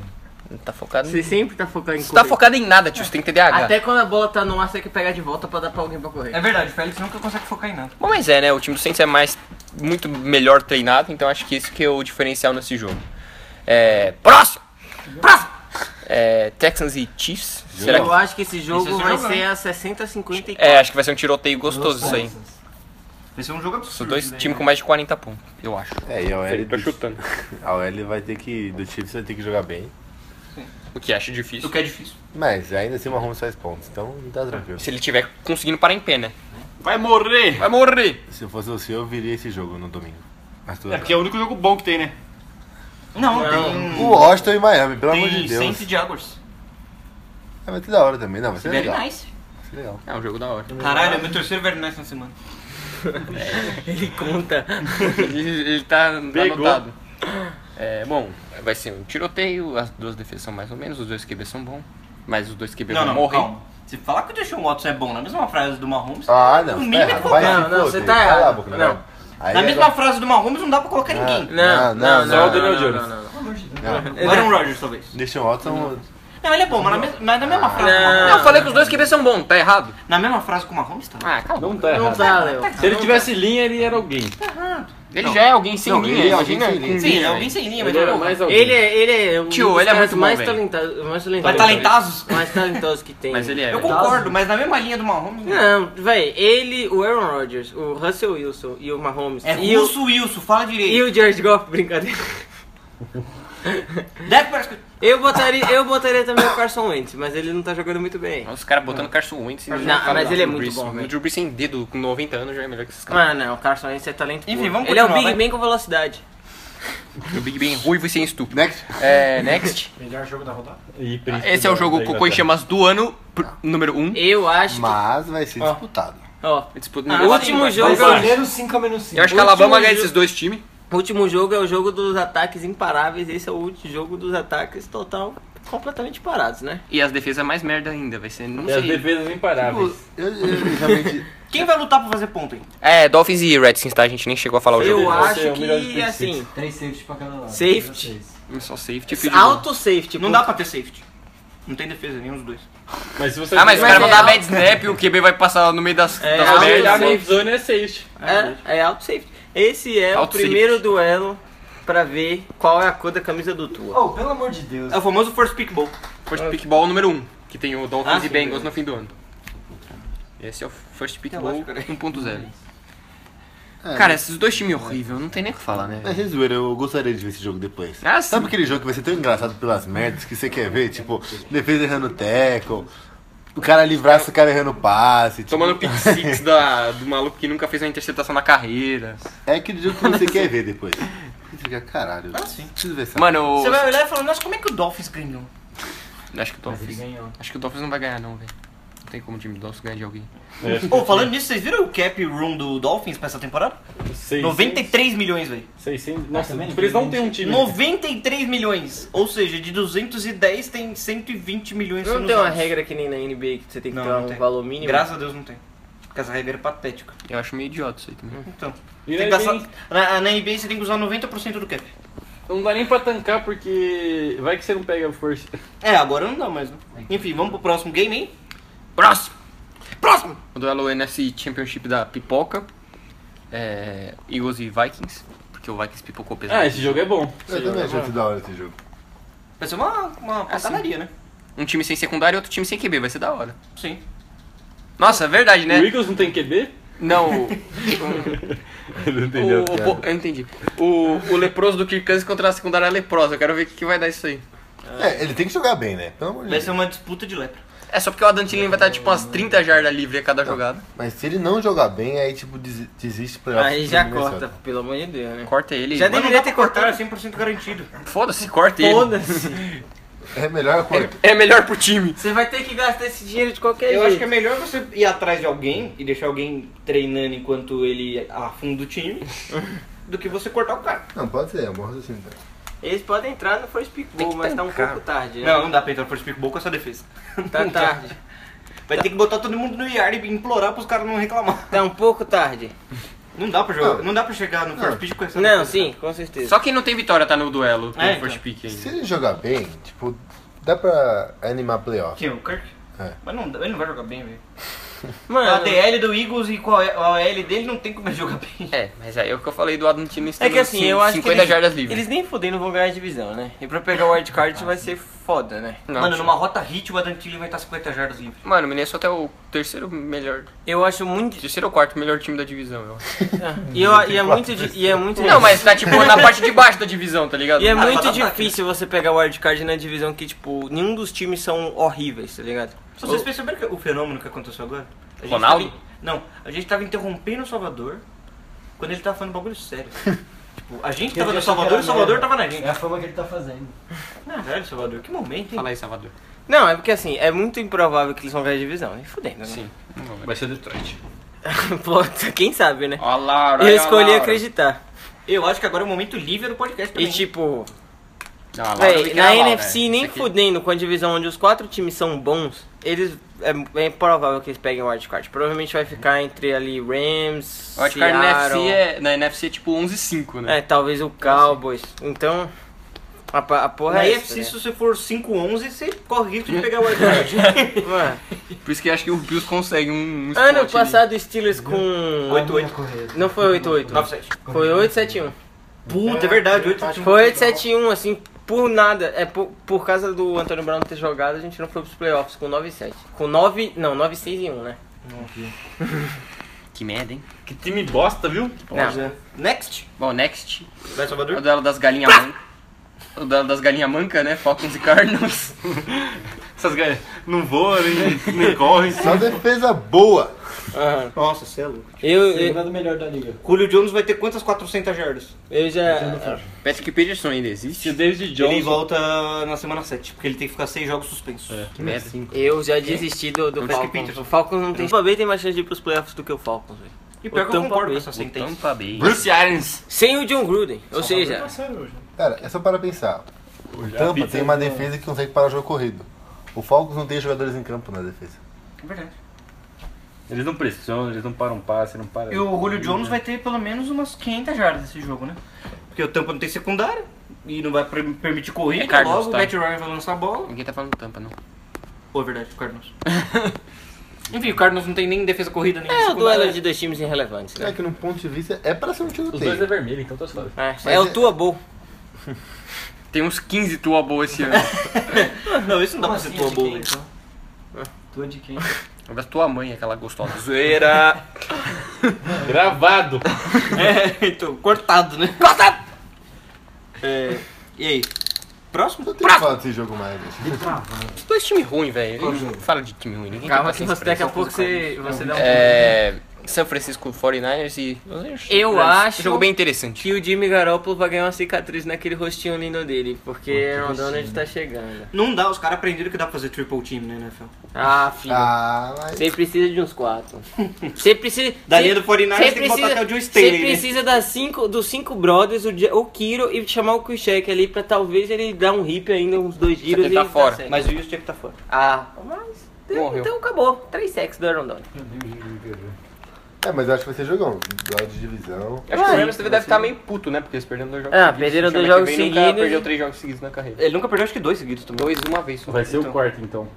[SPEAKER 1] Não tá focado
[SPEAKER 4] Você
[SPEAKER 1] em...
[SPEAKER 4] sempre tá focado em
[SPEAKER 1] Você tá
[SPEAKER 4] correr.
[SPEAKER 1] focado em nada, tio, você tem TDAH.
[SPEAKER 4] Até quando a bola tá no ar, você tem que pegar de volta pra dar pra alguém pra correr.
[SPEAKER 3] É verdade, o Félix nunca consegue focar em nada.
[SPEAKER 1] Bom, mas é, né? O time do Saints é mais muito melhor treinado, então acho que isso que é o diferencial nesse jogo. É, próximo! Próximo! É, Texans e Chiefs. Será
[SPEAKER 4] Eu
[SPEAKER 1] que
[SPEAKER 4] acho que esse jogo
[SPEAKER 3] Esse é
[SPEAKER 4] vai
[SPEAKER 3] jogo,
[SPEAKER 4] ser
[SPEAKER 3] né?
[SPEAKER 4] a 60 54.
[SPEAKER 1] é, acho que vai ser um tiroteio gostoso isso aí.
[SPEAKER 3] Vai ser um jogo
[SPEAKER 1] São
[SPEAKER 3] absurdo.
[SPEAKER 1] dois
[SPEAKER 3] né?
[SPEAKER 1] times com mais de 40 pontos, eu acho.
[SPEAKER 5] É, e a OL.
[SPEAKER 1] Tô
[SPEAKER 5] do-
[SPEAKER 1] chutando.
[SPEAKER 5] *laughs* A OL vai ter que. Do Chiefs vai ter que jogar bem.
[SPEAKER 1] O que acho
[SPEAKER 3] O
[SPEAKER 1] difícil.
[SPEAKER 3] que é difícil.
[SPEAKER 5] Mas ainda assim o Mahomes faz pontos, então tá tranquilo.
[SPEAKER 1] Se ele tiver conseguindo parar em pé, né?
[SPEAKER 2] Vai morrer!
[SPEAKER 1] Vai morrer!
[SPEAKER 5] Se eu fosse você, eu viria esse jogo no domingo. Mas tudo
[SPEAKER 2] É
[SPEAKER 5] bem.
[SPEAKER 2] porque é o único jogo bom que tem, né?
[SPEAKER 3] Não,
[SPEAKER 5] O Washington e Miami, pelo
[SPEAKER 3] tem.
[SPEAKER 5] amor de
[SPEAKER 3] Tem
[SPEAKER 5] Deus.
[SPEAKER 3] Saints e Jaguars.
[SPEAKER 5] Ah, vai ter da hora também, não. Vai ser
[SPEAKER 3] Very
[SPEAKER 5] legal.
[SPEAKER 3] nice.
[SPEAKER 5] Vai ser legal.
[SPEAKER 1] É um jogo da hora.
[SPEAKER 3] Caralho, é meu terceiro Very Nice na semana.
[SPEAKER 4] Ele conta.
[SPEAKER 1] *laughs* ele, ele tá, tá
[SPEAKER 2] Pegou.
[SPEAKER 1] anotado. É, bom, vai ser um tiroteio, as duas defesas são mais ou menos, os dois QB são bons. Mas os dois QB
[SPEAKER 3] Não,
[SPEAKER 1] vão
[SPEAKER 3] não,
[SPEAKER 1] morrer.
[SPEAKER 3] calma. Se falar que o Deshaun Watson é bom na mesma frase do Mahomes,
[SPEAKER 5] Ah, não.
[SPEAKER 3] o
[SPEAKER 5] você
[SPEAKER 3] mínimo
[SPEAKER 5] tá
[SPEAKER 3] é
[SPEAKER 5] errado.
[SPEAKER 3] colocar.
[SPEAKER 5] Vai
[SPEAKER 4] Não,
[SPEAKER 5] se
[SPEAKER 4] não,
[SPEAKER 5] foder.
[SPEAKER 4] você tá
[SPEAKER 5] Cala a
[SPEAKER 4] errado.
[SPEAKER 5] boca,
[SPEAKER 4] Não.
[SPEAKER 5] não. Aí
[SPEAKER 3] Na
[SPEAKER 5] agora-
[SPEAKER 3] mesma frase do Mahomes não dá pra colocar ninguém.
[SPEAKER 4] Ah, Não,
[SPEAKER 5] Não, não,
[SPEAKER 4] não,
[SPEAKER 5] só o
[SPEAKER 4] não,
[SPEAKER 2] Daniel
[SPEAKER 4] não,
[SPEAKER 2] Jones.
[SPEAKER 4] não, não.
[SPEAKER 5] Não.
[SPEAKER 3] O Aaron Rodgers, talvez.
[SPEAKER 5] Deixa o Watson.
[SPEAKER 3] Não, ele é bom, mas na, mes- mas na mesma frase. com o
[SPEAKER 1] Não,
[SPEAKER 3] Mahomes-
[SPEAKER 1] eu falei que os dois QB são bons, tá errado?
[SPEAKER 3] Na mesma frase com o Mahomes, tá?
[SPEAKER 1] Ah, calma.
[SPEAKER 7] Não tá errado.
[SPEAKER 4] dá, Léo.
[SPEAKER 7] Se ele tivesse linha, ele era alguém.
[SPEAKER 1] Ele já é alguém sem
[SPEAKER 5] Não,
[SPEAKER 1] linha,
[SPEAKER 5] ele é alguém
[SPEAKER 1] imagina.
[SPEAKER 5] sem linha.
[SPEAKER 1] com
[SPEAKER 3] Sim,
[SPEAKER 1] linha,
[SPEAKER 3] é
[SPEAKER 1] velho.
[SPEAKER 3] alguém sem linha, mas
[SPEAKER 7] Ele era mais alguém.
[SPEAKER 4] Ele é, ele é um
[SPEAKER 1] Tio,
[SPEAKER 4] dos
[SPEAKER 1] ele é
[SPEAKER 4] caras
[SPEAKER 1] muito bom,
[SPEAKER 4] mais
[SPEAKER 1] velho.
[SPEAKER 4] talentoso, mais
[SPEAKER 3] Mas
[SPEAKER 4] talentoso,
[SPEAKER 3] talentados.
[SPEAKER 4] mais talentoso que tem.
[SPEAKER 1] Mas ele é. velho.
[SPEAKER 3] Eu concordo, mas na mesma linha do Mahomes. né? não.
[SPEAKER 4] Não, véi, ele, o Aaron Rodgers, o Russell Wilson e o Mahomes
[SPEAKER 3] É
[SPEAKER 4] e, o,
[SPEAKER 3] Russo Wilson, fala
[SPEAKER 4] e
[SPEAKER 3] direito.
[SPEAKER 4] o George Goff, *laughs* brincadeira.
[SPEAKER 3] Dak Prescott.
[SPEAKER 4] Eu botaria, eu botaria também o Carson Wentz, mas ele não tá jogando muito bem.
[SPEAKER 1] Nossa, Os caras botando Carson Wentz. e-
[SPEAKER 4] Não, mas ele é
[SPEAKER 1] Drew
[SPEAKER 4] muito
[SPEAKER 1] Brees.
[SPEAKER 4] bom, velho.
[SPEAKER 1] O Drew Brees sem dedo com 90 anos já é melhor que esses caras.
[SPEAKER 4] Ah, não, o Carson Wentz é talento
[SPEAKER 3] Enfim,
[SPEAKER 4] puro.
[SPEAKER 3] vamos
[SPEAKER 4] Ele é o
[SPEAKER 3] continuar,
[SPEAKER 4] Big
[SPEAKER 3] vai.
[SPEAKER 4] Ben com velocidade.
[SPEAKER 1] O Big *laughs* Ben ruivo e sem estupro.
[SPEAKER 5] Next.
[SPEAKER 1] É, next.
[SPEAKER 6] Melhor jogo da rodada?
[SPEAKER 7] E príncipe
[SPEAKER 1] Esse é o
[SPEAKER 7] da-
[SPEAKER 1] jogo
[SPEAKER 7] da
[SPEAKER 1] Cocô e
[SPEAKER 7] Inglaterra.
[SPEAKER 1] Chamas do ano, pr- número 1. Um.
[SPEAKER 4] Eu acho que...
[SPEAKER 5] Mas vai ser disputado.
[SPEAKER 4] Ó,
[SPEAKER 1] Disputa
[SPEAKER 4] Ah,
[SPEAKER 1] número
[SPEAKER 4] último
[SPEAKER 1] cinco.
[SPEAKER 6] Vai
[SPEAKER 4] jogo-
[SPEAKER 1] Vai pra-
[SPEAKER 6] valer os 5 a menos 5.
[SPEAKER 1] Eu acho que a Alabama
[SPEAKER 4] Último
[SPEAKER 1] ganha
[SPEAKER 4] jogo.
[SPEAKER 1] esses dois times.
[SPEAKER 4] o último jogo é o jogo dos ataques imparáveis, esse é o último jogo dos ataques total, completamente parados, né?
[SPEAKER 1] E as defesas mais merda ainda, vai ser. Não
[SPEAKER 7] E as
[SPEAKER 1] sei.
[SPEAKER 7] defesas imparáveis.
[SPEAKER 5] Eu, eu realmente.
[SPEAKER 3] Quem vai lutar pra fazer ponto, hein?
[SPEAKER 1] É, Dolphins e Redskins, tá? A gente nem chegou a falar o
[SPEAKER 4] Eu
[SPEAKER 3] é
[SPEAKER 1] jogo.
[SPEAKER 7] vai
[SPEAKER 4] acho
[SPEAKER 7] ser o melhor de
[SPEAKER 4] que,
[SPEAKER 7] pick
[SPEAKER 4] assim,
[SPEAKER 6] 3 safeties pra cada lado.
[SPEAKER 4] Safety.
[SPEAKER 6] Três.
[SPEAKER 1] Só safety. field goal.
[SPEAKER 4] auto safety.
[SPEAKER 3] Não dá pra ter safety. Não tem defesa nenhum dos dois.
[SPEAKER 7] Mas se você
[SPEAKER 1] Ah, mas os
[SPEAKER 4] Mas
[SPEAKER 1] caras vão
[SPEAKER 4] é
[SPEAKER 1] dar
[SPEAKER 4] alto.
[SPEAKER 1] bad snap e o QB vai passar no meio das,
[SPEAKER 4] É,
[SPEAKER 1] das
[SPEAKER 4] alto
[SPEAKER 1] merdas.
[SPEAKER 7] a
[SPEAKER 4] merda.
[SPEAKER 7] safe zone é safe.
[SPEAKER 4] É, é auto safety. Esse é
[SPEAKER 1] Auto
[SPEAKER 4] o primeiro
[SPEAKER 1] safety.
[SPEAKER 4] duelo pra ver qual é a cor da camisa do Tua.
[SPEAKER 6] Oh, pelo amor de Deus.
[SPEAKER 3] É o famoso first pick ball.
[SPEAKER 1] First pick ball número 1, que tem o Dolphins
[SPEAKER 4] Ah,
[SPEAKER 1] e
[SPEAKER 4] sim,
[SPEAKER 1] Bengals no fim do ano. Esse é o first pick ball 1.0.
[SPEAKER 5] É,
[SPEAKER 1] Cara, esses dois times horríveis, não tem nem o que falar, né?
[SPEAKER 5] É sem zoeira, eu gostaria de ver esse jogo depois.
[SPEAKER 1] Ah, sim.
[SPEAKER 5] Sabe aquele jogo que vai ser tão engraçado pelas merdas que você quer ver? Tipo, defesa errando tackle, o cara livraça o cara errando passe. Tipo,
[SPEAKER 1] Tomando pick six da, do maluco que nunca fez uma interceptação na carreira.
[SPEAKER 5] É aquele jogo que você quer ver depois. Você fica, caralho, ah, sim. preciso ver essa
[SPEAKER 1] Mano,
[SPEAKER 3] Você vai olhar e falar, nossa, como é que o Dolphins ganhou?
[SPEAKER 1] acho que o
[SPEAKER 6] Mas ele
[SPEAKER 1] Dolphins.
[SPEAKER 6] ganhou.
[SPEAKER 1] Acho que o Dolphins não vai ganhar não, velho. Não tem como o time do Dolphins ganhar de alguém.
[SPEAKER 7] É,
[SPEAKER 3] Ô, falando nisso, vocês viram o cap room do Dolphins pra essa temporada?
[SPEAKER 7] Seis-
[SPEAKER 3] 93 milhões, velho.
[SPEAKER 7] 600. Nossa,
[SPEAKER 6] também
[SPEAKER 7] eles não têm um time.
[SPEAKER 3] 93 milhões. Ou seja, de 210 tem 120 milhões.
[SPEAKER 4] Não
[SPEAKER 3] sendo
[SPEAKER 4] tem uma
[SPEAKER 3] usados.
[SPEAKER 4] regra que nem na NBA que você tem que
[SPEAKER 3] Não,
[SPEAKER 4] ter
[SPEAKER 3] não
[SPEAKER 4] um
[SPEAKER 3] tem.
[SPEAKER 4] valor mínimo.
[SPEAKER 3] Graças a Deus não tem. Porque essa regra é patética.
[SPEAKER 1] Eu acho meio idiota isso aí também.
[SPEAKER 3] Então,
[SPEAKER 7] E é
[SPEAKER 3] tem
[SPEAKER 7] aí
[SPEAKER 3] que gastar-
[SPEAKER 7] vem-
[SPEAKER 3] na, na NBA você tem que usar 90% do cap.
[SPEAKER 7] Não dá nem pra tancar porque vai que você não pega força.
[SPEAKER 3] É, agora não dá mais, né? Enfim, vamos pro próximo game, hein?
[SPEAKER 1] Próximo!
[SPEAKER 3] Próximo!
[SPEAKER 1] é O duelo NFC Championship da Pipoca. É, Eagles e Vikings. Porque o Vikings pipocou pesado.
[SPEAKER 7] Ah, esse jogo é bom.
[SPEAKER 5] Eu também achei muito da hora esse jogo.
[SPEAKER 3] Vai ser uma, uma
[SPEAKER 4] Ah,
[SPEAKER 3] pancadaria, né?
[SPEAKER 1] Um time sem secundário e outro time sem QB, vai ser da hora.
[SPEAKER 3] Sim.
[SPEAKER 1] Nossa, é verdade,
[SPEAKER 7] O
[SPEAKER 1] né?
[SPEAKER 7] Eagles não tem QB?
[SPEAKER 1] Não, o,
[SPEAKER 7] Não
[SPEAKER 1] o, o- pô, eu entendi. O, o leproso do Kirk Cousins contra a secundária leprosa. Eu quero ver o que, que vai dar isso aí.
[SPEAKER 5] É, ele tem que jogar bem, né? Pelo amor de
[SPEAKER 3] Vai ser
[SPEAKER 5] Deus.
[SPEAKER 3] uma disputa de lepra.
[SPEAKER 1] É só porque o Adantilin vai estar tipo umas 30 jardas livre a cada jogada.
[SPEAKER 5] Mas se ele não jogar bem, aí tipo, des- desiste pra
[SPEAKER 4] Aí já corta, pelo amor de Deus, né?
[SPEAKER 1] Corta ele.
[SPEAKER 4] Já
[SPEAKER 1] mano.
[SPEAKER 4] deveria ter
[SPEAKER 3] Cortaram
[SPEAKER 4] cortado.
[SPEAKER 3] 100% garantido.
[SPEAKER 1] Foda-se, corta ele.
[SPEAKER 4] Foda-se.
[SPEAKER 5] É melhor cortar.
[SPEAKER 1] É melhor pro time.
[SPEAKER 4] Você vai ter que gastar esse dinheiro de qualquer
[SPEAKER 3] Eu
[SPEAKER 4] jeito.
[SPEAKER 3] acho que é melhor você ir atrás de alguém e deixar alguém treinando enquanto ele afunda o
[SPEAKER 4] *laughs*
[SPEAKER 3] time do que você cortar o cara.
[SPEAKER 5] Não, pode ser, é um bom raciocínio. também.
[SPEAKER 4] Eles podem entrar no First Pick
[SPEAKER 1] Tem
[SPEAKER 4] Bowl,
[SPEAKER 1] que
[SPEAKER 4] mas tá um
[SPEAKER 1] tancar.
[SPEAKER 4] pouco tarde, né?
[SPEAKER 3] Não, não dá pra entrar no first pick ball com essa defesa.
[SPEAKER 4] Tá tarde.
[SPEAKER 3] Vai ter que botar todo mundo no yard e implorar pros caras não reclamar.
[SPEAKER 4] Tá um pouco tarde.
[SPEAKER 3] Não dá pra jogar,
[SPEAKER 5] Não.
[SPEAKER 3] não, dá pra chegar no first pick com essa
[SPEAKER 4] Não,
[SPEAKER 3] defesa.
[SPEAKER 4] sim, com certeza.
[SPEAKER 1] Só quem não tem vitória tá no duelo com
[SPEAKER 3] É,
[SPEAKER 1] o first pick
[SPEAKER 5] Se
[SPEAKER 1] ainda.
[SPEAKER 5] ele jogar bem, tipo, dá pra animar playoff.
[SPEAKER 3] Quem, o Kirk?
[SPEAKER 5] É.
[SPEAKER 3] Mas não, dá- ele não vai jogar bem, velho. A
[SPEAKER 4] Mano, é
[SPEAKER 3] DL do Eagles e com a a OL dele não tem como ele jogar bem.
[SPEAKER 1] É, mas aí é o que eu falei do Adantilin
[SPEAKER 4] é que assim, eu acho que
[SPEAKER 1] 50
[SPEAKER 4] eles,
[SPEAKER 1] jardas livres.
[SPEAKER 4] eles nem fudendo vão ganhar a divisão, né? E pra pegar o wildcard vai ser foda, né?
[SPEAKER 1] Não,
[SPEAKER 3] Mano,
[SPEAKER 1] tio.
[SPEAKER 3] numa rota hit o Adantili vai estar 50 jardas livre.
[SPEAKER 1] Mano, o Minnesota é o terceiro melhor.
[SPEAKER 4] Eu acho muito...
[SPEAKER 1] Terceiro ou quarto melhor time da divisão, eu acho.
[SPEAKER 4] E, eu- e é muito... di- E é muito...
[SPEAKER 1] Não, mas tá tipo na parte de baixo da divisão, tá ligado?
[SPEAKER 4] E é
[SPEAKER 3] mas
[SPEAKER 4] muito
[SPEAKER 3] tá
[SPEAKER 4] difícil você pegar o wildcard na divisão que, tipo, nenhum dos times são horríveis, tá ligado?
[SPEAKER 3] Vocês perceberam que- o fenômeno que aconteceu agora? A gente
[SPEAKER 1] Ronaldo?
[SPEAKER 3] tava in- não, a gente tava interrompendo o Salvador quando ele tava falando bagulho *laughs* sério. tipo, a gente tava no Salvador e o Salvador tava na gente.
[SPEAKER 6] É a fama que ele tá fazendo.
[SPEAKER 3] Ah, velho, Salvador, que momento, hein?
[SPEAKER 1] Fala aí, Salvador.
[SPEAKER 4] Não, é porque assim, é muito improvável que eles vão ganhar a divisão, né? Fudendo, né? *laughs*
[SPEAKER 1] Sim.
[SPEAKER 7] Vai ser Detroit.
[SPEAKER 4] Puta, Quem sabe, né?
[SPEAKER 1] Ó, Laura.
[SPEAKER 4] Eu escolhi acreditar.
[SPEAKER 3] Eu acho que agora é o momento livre do podcast também.
[SPEAKER 4] E tipo,
[SPEAKER 1] Ah, Não, a Laura
[SPEAKER 4] véi,
[SPEAKER 1] tem que
[SPEAKER 4] na
[SPEAKER 1] gravar,
[SPEAKER 4] NFC
[SPEAKER 1] velho.
[SPEAKER 4] nem
[SPEAKER 1] Isso aqui-
[SPEAKER 4] fudendo com a divisão onde os quatro times são bons, eles é, é provável que eles peguem o wildcard. Provavelmente vai ficar entre ali Rams,
[SPEAKER 1] Eu acho que a NFC
[SPEAKER 4] Seattle,
[SPEAKER 1] é, na NFC é tipo 11 e 5, né?
[SPEAKER 4] é, talvez o Cowboys. Então, A, pa- a porra
[SPEAKER 3] Na
[SPEAKER 4] é
[SPEAKER 3] IFC, se você for 5-11, você corre risco de pegar o *laughs* wildcard.
[SPEAKER 4] né? Mano,
[SPEAKER 1] Por isso que acho que o Bills consegue um, um spot
[SPEAKER 4] ano
[SPEAKER 1] ali.
[SPEAKER 4] passado o Steelers com...
[SPEAKER 6] A minha corrida.
[SPEAKER 4] Não foi 8-8.
[SPEAKER 3] 9-7.
[SPEAKER 4] Foi 8-7-1.
[SPEAKER 3] Puta, é verdade, 8 7
[SPEAKER 4] Foi 8-7-1, assim, por nada. É por, por causa do Antônio Brown ter jogado, a gente não foi pros playoffs com 9-7. Com 9... Não, 9-6 e 1, né?
[SPEAKER 1] Que merda, hein?
[SPEAKER 7] Que time bosta, viu?
[SPEAKER 4] Não.
[SPEAKER 3] Next.
[SPEAKER 1] Bom, next.
[SPEAKER 3] Vai
[SPEAKER 1] O
[SPEAKER 3] Salvador?
[SPEAKER 1] duelo das galinhas manca. O duelo das galinhas manca, né? Falcons e Cardinals.
[SPEAKER 7] Essas galinhas não voam, nem, nem *laughs* correm.
[SPEAKER 5] Só defesa boa.
[SPEAKER 4] Aham.
[SPEAKER 3] Nossa, você é louco.
[SPEAKER 6] Você
[SPEAKER 4] Eu, eu,
[SPEAKER 6] lembra do melhor da liga.
[SPEAKER 3] Julio Jones vai ter quantas 400 jardas?
[SPEAKER 4] eu
[SPEAKER 6] Não
[SPEAKER 4] já...
[SPEAKER 6] foi.
[SPEAKER 1] Patrick Peterson ainda
[SPEAKER 7] Se o
[SPEAKER 1] existe?
[SPEAKER 7] David
[SPEAKER 3] Ele
[SPEAKER 7] Johnson.
[SPEAKER 3] volta na semana 7, porque ele tem que ficar 6 jogos suspensos.
[SPEAKER 7] É.
[SPEAKER 1] Que merda.
[SPEAKER 4] Eu já desisti do, do
[SPEAKER 1] Não
[SPEAKER 3] sei que
[SPEAKER 4] Falcons.
[SPEAKER 3] Peterson.
[SPEAKER 4] O Falcons não tem... O Tampa Bay tem mais chance de ir pros playoffs do que o Falcons, velho.
[SPEAKER 3] E pior
[SPEAKER 4] O
[SPEAKER 3] que eu
[SPEAKER 4] Tampa
[SPEAKER 3] concordo
[SPEAKER 4] Bay.
[SPEAKER 3] com essa sentença.
[SPEAKER 1] Tampa Bay.
[SPEAKER 7] Bruce Arians.
[SPEAKER 4] Sem o John Gruden. Ou seja,
[SPEAKER 5] Cara, é só para pensar. O Tampa tem
[SPEAKER 4] um-
[SPEAKER 5] uma defesa que consegue parar o jogo corrido. O Falcons não tem jogadores em campo na defesa.
[SPEAKER 3] É
[SPEAKER 7] Eles não pressionam, eles não param um passe, não param.
[SPEAKER 3] E o Julio Jones vai ter pelo menos umas 500 jardas nesse jogo, né? Porque o Tampa não tem secundária e não vai pre- permitir corrida.
[SPEAKER 1] É Cardinals,
[SPEAKER 3] logo
[SPEAKER 1] tá?
[SPEAKER 3] o Matt Ryan vai lançar a bola.
[SPEAKER 1] Ninguém tá falando tampa, não.
[SPEAKER 3] Pô, é verdade, o Cardinals. Enfim, o Cardinals não tem nem defesa corrida, nem
[SPEAKER 4] é o
[SPEAKER 3] secundária.
[SPEAKER 4] duelo de dois times irrelevantes,
[SPEAKER 5] É
[SPEAKER 4] né?
[SPEAKER 5] que, num ponto de vista, é para ser um
[SPEAKER 7] Os dois é
[SPEAKER 5] tiroteio.
[SPEAKER 7] vermelho, então tá suave.
[SPEAKER 4] É, é o Tua Bowl.
[SPEAKER 1] Tem uns 15 tua boa esse ano.
[SPEAKER 3] Não, isso não dá
[SPEAKER 6] Como
[SPEAKER 3] pra
[SPEAKER 6] assim,
[SPEAKER 3] ser tua
[SPEAKER 6] de
[SPEAKER 3] boa,
[SPEAKER 6] quem,
[SPEAKER 3] velho.
[SPEAKER 6] então? Tua de quem?
[SPEAKER 1] *laughs* Agora tua mãe, aquela gostosa. Zoeira.
[SPEAKER 7] Gravado!
[SPEAKER 3] É, então, cortado, né? Cortado! É, e aí? Próximo?
[SPEAKER 5] Não tem que falar desse jogo mais. gente.
[SPEAKER 1] Os dois times ruins, velho. Não Fala de time ruim. Ninguém
[SPEAKER 4] Calma
[SPEAKER 1] tem
[SPEAKER 4] que
[SPEAKER 1] paciência
[SPEAKER 4] você
[SPEAKER 1] pra
[SPEAKER 4] daqui a pouco você, você dá
[SPEAKER 1] isso.
[SPEAKER 4] um...
[SPEAKER 1] É... São Francisco 49ers e...
[SPEAKER 4] Eu
[SPEAKER 1] Um
[SPEAKER 4] acho
[SPEAKER 1] jogo bem interessante.
[SPEAKER 4] que o Jimmy Garoppolo vai ganhar uma cicatriz naquele rostinho lindo dele, porque Aaron Donald tá chegando.
[SPEAKER 3] Não dá, os caras aprenderam que dá pra fazer triple team, né, NFL?
[SPEAKER 4] Ah, filho.
[SPEAKER 5] *laughs* Ah, mas...
[SPEAKER 4] Você precisa de uns quatro. Você precisa.
[SPEAKER 3] Da
[SPEAKER 4] você-
[SPEAKER 3] linha do 49ers
[SPEAKER 4] você
[SPEAKER 3] tem que botar até o Joe
[SPEAKER 4] você
[SPEAKER 3] Staley, né?
[SPEAKER 4] precisa das cinco, dos cinco brothers, o, Ja- o Kiro e chamar o Kuchek ali pra talvez ele dar um hip ainda, uns dois giros
[SPEAKER 1] ele tá
[SPEAKER 4] e
[SPEAKER 1] fora.
[SPEAKER 4] certo.
[SPEAKER 3] Mas o Wilson tinha que tá fora.
[SPEAKER 4] Ah, mas.
[SPEAKER 1] Morreu.
[SPEAKER 4] Então acabou. Três sacks do Aaron Donald.
[SPEAKER 5] É, mas eu acho que vai ser jogão. Duelo de divisão.
[SPEAKER 1] Eu acho que o Rams deve estar meio puto, né? Porque eles perderam dois jogos
[SPEAKER 4] Ah,
[SPEAKER 1] seguidos.
[SPEAKER 4] É. perderam
[SPEAKER 1] O time
[SPEAKER 4] dois
[SPEAKER 1] ano que
[SPEAKER 4] jogos
[SPEAKER 1] vem Nunca
[SPEAKER 4] seguidos.
[SPEAKER 1] perdeu três jogos seguidos na carreira.
[SPEAKER 3] Ele nunca perdeu acho que dois seguidos também.
[SPEAKER 1] Dois uma vez só.
[SPEAKER 7] Vai ser o quarto então.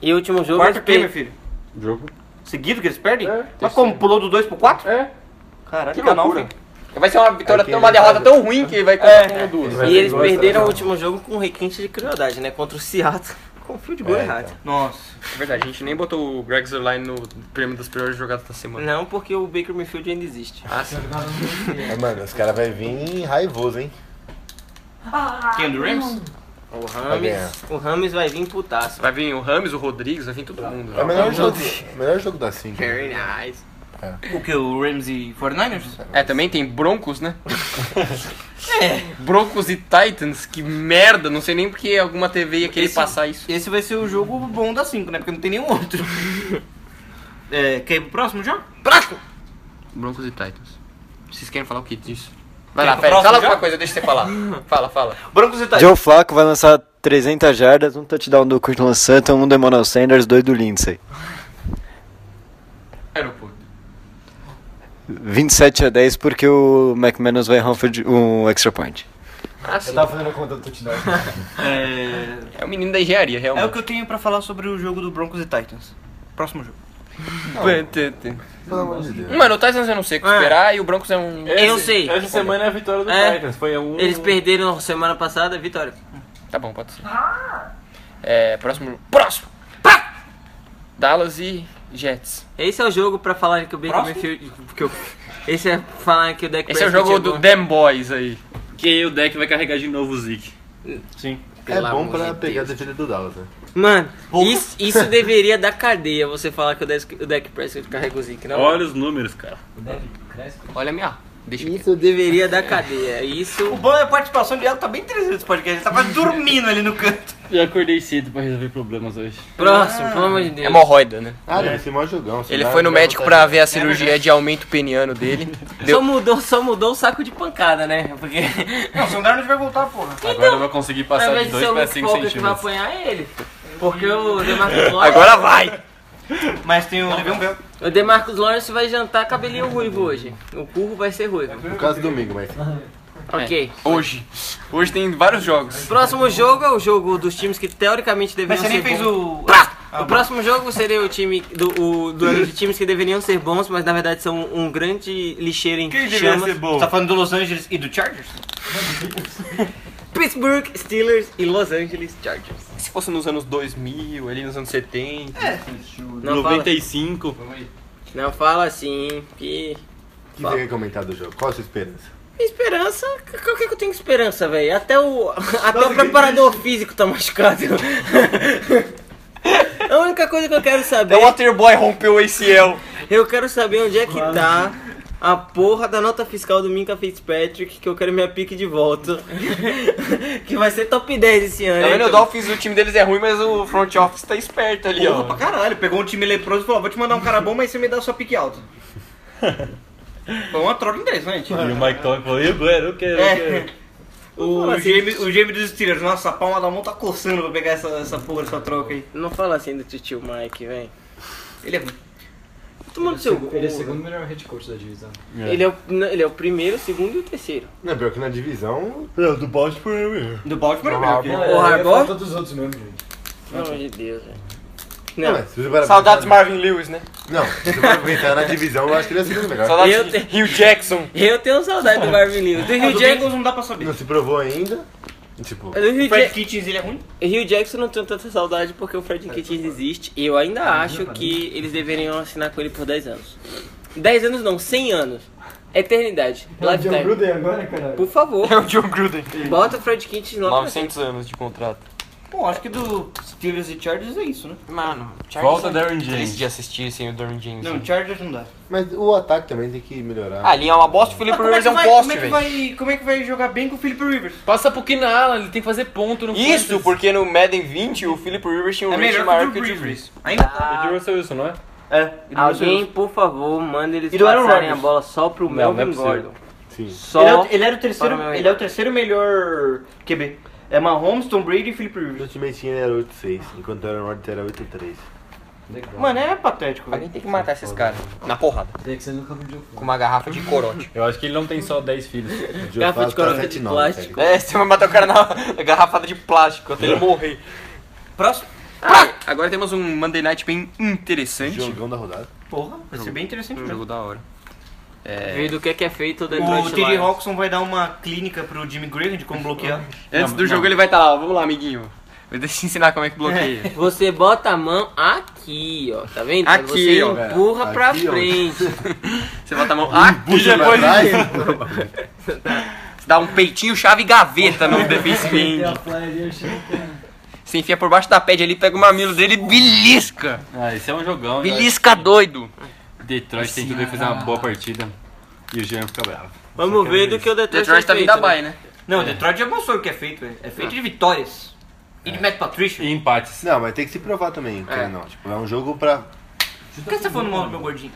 [SPEAKER 4] E o último jogo.
[SPEAKER 3] Quarto
[SPEAKER 4] eles
[SPEAKER 3] que, meu
[SPEAKER 4] per-
[SPEAKER 3] filho?
[SPEAKER 7] Jogo?
[SPEAKER 3] Seguido que eles perdem?
[SPEAKER 7] É,
[SPEAKER 3] Mas
[SPEAKER 7] terceiro.
[SPEAKER 3] como? Pulou do 2 pro 4?
[SPEAKER 7] É.
[SPEAKER 3] Caralho,
[SPEAKER 7] Que
[SPEAKER 3] tá não,
[SPEAKER 7] loucura.
[SPEAKER 3] filho.
[SPEAKER 1] Vai ser uma vitória, tão,
[SPEAKER 5] Aí quem
[SPEAKER 1] uma
[SPEAKER 5] vai
[SPEAKER 1] derrota
[SPEAKER 5] fazer?
[SPEAKER 1] tão ruim que
[SPEAKER 4] É.
[SPEAKER 1] vai contar como duas.
[SPEAKER 7] Vai
[SPEAKER 4] E
[SPEAKER 7] ter
[SPEAKER 4] eles
[SPEAKER 7] duas,
[SPEAKER 4] perderam o
[SPEAKER 7] três.
[SPEAKER 4] último jogo com requinte de crueldade, né? Contra o Seattle. *laughs* Com fio de gol
[SPEAKER 5] É,
[SPEAKER 4] errado.
[SPEAKER 3] Nossa.
[SPEAKER 1] É verdade, a gente nem botou o Greg Zerline no prêmio das piores jogadas da semana.
[SPEAKER 4] Não, porque o Baker Mayfield ainda existe.
[SPEAKER 1] Ah, sim.
[SPEAKER 5] É, mano, os caras vão vir raivoso, hein?
[SPEAKER 3] Quem é do Rams?
[SPEAKER 4] O
[SPEAKER 5] Vai ganhar.
[SPEAKER 4] Rames, o Rames vai vir putaço.
[SPEAKER 1] Vai vir o Rames, o Rodrigues, vai vir todo mundo.
[SPEAKER 5] É o melhor jogo, o melhor jogo da 5.
[SPEAKER 4] Very nice.
[SPEAKER 3] O que? O Rams e 49ers?
[SPEAKER 1] É, também tem Broncos,
[SPEAKER 3] *laughs*
[SPEAKER 1] né? É, Broncos e Titans, que merda, não sei nem porque alguma TV ia querer
[SPEAKER 3] Esse-
[SPEAKER 1] passar isso.
[SPEAKER 3] Esse vai ser o jogo bom da 5, né? Porque não tem nenhum outro. é, quer ir pro próximo já?
[SPEAKER 1] Prático! Broncos e Titans. Vocês querem falar o que disso? Vai lá,
[SPEAKER 3] Quer
[SPEAKER 1] Félix,
[SPEAKER 3] ir pro próximo
[SPEAKER 1] fala
[SPEAKER 3] já?
[SPEAKER 1] alguma coisa, deixa você
[SPEAKER 3] *laughs*
[SPEAKER 1] falar. fala, fala.
[SPEAKER 3] Brancos e Titans.
[SPEAKER 8] Joe Flacco vai lançar 300 jardas, um touchdown do Cortland Sutton, um do Emmanuel Sanders, dois do Lindsay.
[SPEAKER 1] Aeroporto.
[SPEAKER 8] 27 a 10 porque o McManus vai arrancar um extra point.
[SPEAKER 1] Ah, sim.
[SPEAKER 5] fazendo a conta do touchdown.
[SPEAKER 3] É,
[SPEAKER 1] É o menino da engenharia,
[SPEAKER 3] é o que
[SPEAKER 1] realmente.
[SPEAKER 3] eu tenho pra falar sobre o jogo do Broncos e Titans. Próximo jogo.
[SPEAKER 5] Pelo amor de Deus.
[SPEAKER 1] Mano, o Titans eu não sei o que
[SPEAKER 4] Ah.
[SPEAKER 1] esperar e o Broncos é um...
[SPEAKER 4] Eu sei.
[SPEAKER 7] Essa semana é a vitória do
[SPEAKER 4] É.
[SPEAKER 7] Titans. Foi a um.
[SPEAKER 4] Eles perderam semana passada, vitória.
[SPEAKER 1] Tá bom, pode ser. É, próximo. Próximo! Pá! Dallas e Jets.
[SPEAKER 4] Esse é o jogo pra falar que o Baker
[SPEAKER 3] Próximo?
[SPEAKER 4] Mayfield. Que eu, esse é falar que o Deck
[SPEAKER 1] Esse é o jogo do Dem Boys aí.
[SPEAKER 7] Que o deck vai carregar de novo o Zeke.
[SPEAKER 3] Sim.
[SPEAKER 5] É
[SPEAKER 4] Pelo
[SPEAKER 5] bom
[SPEAKER 4] amor
[SPEAKER 5] pra
[SPEAKER 4] de
[SPEAKER 5] pegar a
[SPEAKER 4] Deus.
[SPEAKER 5] defesa do Dallas, né?
[SPEAKER 4] Mano,
[SPEAKER 3] Porra.
[SPEAKER 4] isso, isso deveria dar cadeia você falar que o Deck, o Dak Prescott carrega o Zeke, não?
[SPEAKER 7] Olha os números, cara.
[SPEAKER 6] O Deck cresce.
[SPEAKER 1] Olha a minha. Deixa aqui.
[SPEAKER 4] Isso deveria dar cadeia. Isso.
[SPEAKER 3] O bom é a participação de ela tá bem interessante esse podcast. Ele tá quase dormindo ali no canto.
[SPEAKER 7] Eu acordei cedo pra resolver problemas hoje.
[SPEAKER 4] Próximo, pelo amor de
[SPEAKER 1] É
[SPEAKER 4] Deus.
[SPEAKER 1] hemorroida, né?
[SPEAKER 5] Ah, deve ser maior jogão. se
[SPEAKER 1] Ele
[SPEAKER 5] dá-
[SPEAKER 1] foi no
[SPEAKER 5] dá
[SPEAKER 1] médico
[SPEAKER 5] vontade.
[SPEAKER 1] pra ver a cirurgia de aumento peniano dele.
[SPEAKER 4] Só
[SPEAKER 1] Deu.
[SPEAKER 4] mudou, só mudou o saco de pancada, né? Porque.
[SPEAKER 3] Não, se o Darnold vai voltar, porra.
[SPEAKER 7] Agora eu vou conseguir passar
[SPEAKER 4] Talvez
[SPEAKER 7] de 2
[SPEAKER 4] seu
[SPEAKER 7] pra
[SPEAKER 4] Luke
[SPEAKER 7] 5
[SPEAKER 4] Falker que vai
[SPEAKER 7] centímetros.
[SPEAKER 4] apanhar ele. Porque o Demarcus
[SPEAKER 1] *laughs*
[SPEAKER 4] Lawrence.
[SPEAKER 1] Agora vai!
[SPEAKER 3] Mas tem o Le'Veon Bell.
[SPEAKER 4] O Demarcus Lawrence vai jantar cabelinho ruivo hoje. O curro vai ser ruivo.
[SPEAKER 5] No caso domingo, mas.
[SPEAKER 4] Ok.
[SPEAKER 1] Hoje. Hoje tem vários jogos.
[SPEAKER 4] Próximo jogo é o jogo dos times que teoricamente deveriam
[SPEAKER 3] Mas você nem
[SPEAKER 4] ser
[SPEAKER 3] fez
[SPEAKER 4] bons. Tá.
[SPEAKER 3] o. Ah,
[SPEAKER 4] O próximo jogo seria o time do o
[SPEAKER 3] *laughs*
[SPEAKER 4] duelo de times que deveriam ser bons, mas na verdade são um grande lixeiro em
[SPEAKER 2] Quem deveria
[SPEAKER 4] chamas.
[SPEAKER 2] ser bom?
[SPEAKER 3] Você tá falando do Los Angeles e do Chargers?
[SPEAKER 4] Pittsburgh Steelers e Los Angeles Chargers.
[SPEAKER 1] Se fosse nos anos 2000, ali nos anos 70,
[SPEAKER 7] É.
[SPEAKER 4] Não fala,
[SPEAKER 1] 95.
[SPEAKER 4] não fala assim que
[SPEAKER 5] O que você quer comentar do jogo? Qual a sua esperança?
[SPEAKER 4] Esperança? C- Qual que é que eu tenho esperança, velho? Até o. *laughs* Até o preparador físico tá machucado. *laughs* A única coisa que eu quero saber.
[SPEAKER 1] É o Waterboy rompeu o ACL.
[SPEAKER 4] Eu quero saber onde é que tá a porra da nota fiscal do Minka Fitzpatrick, que eu quero minha pique de volta. *laughs* que vai ser top 10 esse ano.
[SPEAKER 1] Tá
[SPEAKER 4] hein,
[SPEAKER 1] vendo? O
[SPEAKER 4] então?
[SPEAKER 1] Dolphins, o time deles é ruim, mas o front office tá esperto ali,
[SPEAKER 3] Porra pra
[SPEAKER 1] ó.
[SPEAKER 3] caralho. Pegou um time leproso e falou: vou te mandar um cara bom, mas você me dá sua pique alta. Foi uma troca interessante.
[SPEAKER 2] E o Mike Tomlin falou, eu quero, eu
[SPEAKER 3] É.
[SPEAKER 2] quero, eu quero.
[SPEAKER 3] O, GM, o GM dos Steelers, nossa, a palma da mão tá coçando pra pegar essa, essa porra, essa troca aí.
[SPEAKER 4] Não fala assim do tio Mike, velho.
[SPEAKER 3] Ele é ruim.
[SPEAKER 4] Tomando seu cu.
[SPEAKER 6] Ele é o segundo melhor head coach da divisão.
[SPEAKER 4] Ele é o, não, ele é o primeiro, o segundo e o terceiro.
[SPEAKER 5] Não, pior que na divisão. É, do Baltimore é mesmo.
[SPEAKER 3] Do Baltimore é
[SPEAKER 5] Não,
[SPEAKER 3] meu.
[SPEAKER 6] Não, ele ia
[SPEAKER 4] Harbaugh?
[SPEAKER 6] falar todos os outros mesmo, gente.
[SPEAKER 4] Pelo amor de Deus, velho.
[SPEAKER 5] Não,
[SPEAKER 4] Não,
[SPEAKER 5] mas se você parar pra
[SPEAKER 1] Saudades
[SPEAKER 5] pensar-
[SPEAKER 1] Marvin Lewis, né?
[SPEAKER 5] Não, se você parar pra pensar na divisão, eu acho que ele é o segundo melhor.
[SPEAKER 4] Eu
[SPEAKER 1] Saudades de
[SPEAKER 4] te-
[SPEAKER 1] Rio Jackson.
[SPEAKER 4] eu tenho saudade do Marvin Lewis. Do
[SPEAKER 3] Ah,
[SPEAKER 4] Rio
[SPEAKER 3] do
[SPEAKER 4] Jackson.
[SPEAKER 3] Bengals não dá pra
[SPEAKER 5] Não
[SPEAKER 3] saber.
[SPEAKER 5] se provou ainda. Tipo,
[SPEAKER 4] Do Rio
[SPEAKER 3] O Fred
[SPEAKER 4] Jack-
[SPEAKER 3] Kitchens, ele é ruim?
[SPEAKER 4] Rio Jackson não tenho tanta saudade porque o Fred Kitchens existe e eu ainda
[SPEAKER 6] Ah,
[SPEAKER 4] acho que eles deveriam assinar com ele por 10 anos. 10 anos não, 100 anos. Eternidade.
[SPEAKER 6] É o John
[SPEAKER 4] Lifetime.
[SPEAKER 6] Gruden agora, caralho?
[SPEAKER 4] Por favor,
[SPEAKER 1] É o John Gruden.
[SPEAKER 4] bota o Fred Kitchens lá pra cima.
[SPEAKER 1] 900 anos de contrato.
[SPEAKER 3] Pô, acho que do Steelers e Chargers é isso, né?
[SPEAKER 1] Mano,
[SPEAKER 2] Volta Darren
[SPEAKER 1] Triste
[SPEAKER 2] James.
[SPEAKER 1] de assistir sem o Darren James.
[SPEAKER 3] Não, Chargers não dá.
[SPEAKER 5] mas o ataque também tem que melhorar.
[SPEAKER 1] Ah, ali é uma bosta, o Felipe Rivers é um poste,
[SPEAKER 3] como,
[SPEAKER 1] velho.
[SPEAKER 3] é que vai jogar bem com o Philip Rivers?
[SPEAKER 7] Passa pro Kinala, ele tem que fazer ponto no
[SPEAKER 1] Isso porque no Madden 20 o Philip Rivers tinha um
[SPEAKER 3] É
[SPEAKER 1] rating
[SPEAKER 3] melhor
[SPEAKER 1] maior
[SPEAKER 3] que o Drew
[SPEAKER 1] Drew
[SPEAKER 3] Brees.
[SPEAKER 1] Brees.
[SPEAKER 3] Ainda tá.
[SPEAKER 2] Eu digo Russell Wilson, não é?
[SPEAKER 3] É, e do
[SPEAKER 4] Ah, Alguém,
[SPEAKER 3] Wilson.
[SPEAKER 4] por favor, manda eles
[SPEAKER 3] E do Aaron
[SPEAKER 4] passarem a
[SPEAKER 3] Rodgers.
[SPEAKER 4] bola só pro
[SPEAKER 7] Não, não é
[SPEAKER 4] Melvin
[SPEAKER 7] possível.
[SPEAKER 4] Gordon.
[SPEAKER 5] Sim.
[SPEAKER 4] Só.
[SPEAKER 3] Ele, é, o- ele era o
[SPEAKER 4] Só no
[SPEAKER 3] terceiro,
[SPEAKER 4] meu
[SPEAKER 3] ele é o terceiro melhor QB. É Mahomes, Tom Brady e Philip
[SPEAKER 5] O
[SPEAKER 3] Rivers.
[SPEAKER 5] ultimate era 8-6, enquanto o Aaron Rodgers era 8-3.
[SPEAKER 3] Mano, é patético, velho.
[SPEAKER 1] Alguém tem que matar esses caras. Na porrada.
[SPEAKER 6] Tem que ser no campo de jogo.
[SPEAKER 1] Com uma garrafa de corote.
[SPEAKER 2] Eu acho que ele não tem só 10 filhos.
[SPEAKER 5] O Joe
[SPEAKER 4] Garrafa
[SPEAKER 5] Faz
[SPEAKER 4] de
[SPEAKER 5] tá
[SPEAKER 4] coroa de
[SPEAKER 5] 7-9,
[SPEAKER 4] plástico.
[SPEAKER 5] velho.
[SPEAKER 1] É, *laughs* você vai matar o cara na *laughs* garrafada de plástico até ele morrer. Próximo. agora temos um Monday Night bem interessante.
[SPEAKER 5] Jogão da rodada.
[SPEAKER 3] Porra, vai ser bem interessante
[SPEAKER 1] Um
[SPEAKER 3] mesmo.
[SPEAKER 1] jogo da hora.
[SPEAKER 4] Vê do que é que é feito o Detroit
[SPEAKER 3] O Terry
[SPEAKER 4] Lions.
[SPEAKER 3] Hawkson vai dar uma clínica pro Jimmy Graham de como bloquear.
[SPEAKER 1] Antes do jogo ele vai estar tá lá, ó, vamos lá, amiguinho. Eu deixa eu te *laughs* ensinar como é que bloqueia.
[SPEAKER 4] Você bota a mão aqui, ó. Tá vendo?
[SPEAKER 1] Aqui,
[SPEAKER 4] Você
[SPEAKER 1] ó.
[SPEAKER 4] empurra pra
[SPEAKER 5] Aqui,
[SPEAKER 1] *laughs*
[SPEAKER 5] ó.
[SPEAKER 4] frente.
[SPEAKER 1] Você bota a mão aqui,
[SPEAKER 5] Puxa pra
[SPEAKER 1] depois
[SPEAKER 5] trás.
[SPEAKER 1] você dá um peitinho, chave e gaveta no defensive
[SPEAKER 6] Tem
[SPEAKER 1] end.
[SPEAKER 6] a fly ali, eu achei que
[SPEAKER 1] Você enfia por baixo da pad ali, pega o mamilo dele e belisca.
[SPEAKER 2] Ah, esse é um jogão. eu
[SPEAKER 1] Belisca doido.
[SPEAKER 2] acho que Detroit tem tudo aí fazer uma boa partida. E o Jean fica bravo.
[SPEAKER 4] Vamos ver do que o Detroit,
[SPEAKER 1] Detroit tá
[SPEAKER 4] é
[SPEAKER 1] vindo
[SPEAKER 4] feito,
[SPEAKER 1] da
[SPEAKER 4] né?
[SPEAKER 1] baia, né?
[SPEAKER 3] é Não, o Detroit já mostrou o que é feito, velho. É feito de vitórias. E de Matt Patricia.
[SPEAKER 2] E empates.
[SPEAKER 5] Não, mas tem que se provar também, querendo ou não. Tipo, é um jogo pra.
[SPEAKER 3] Por que você tá falando mal do meu gordinho?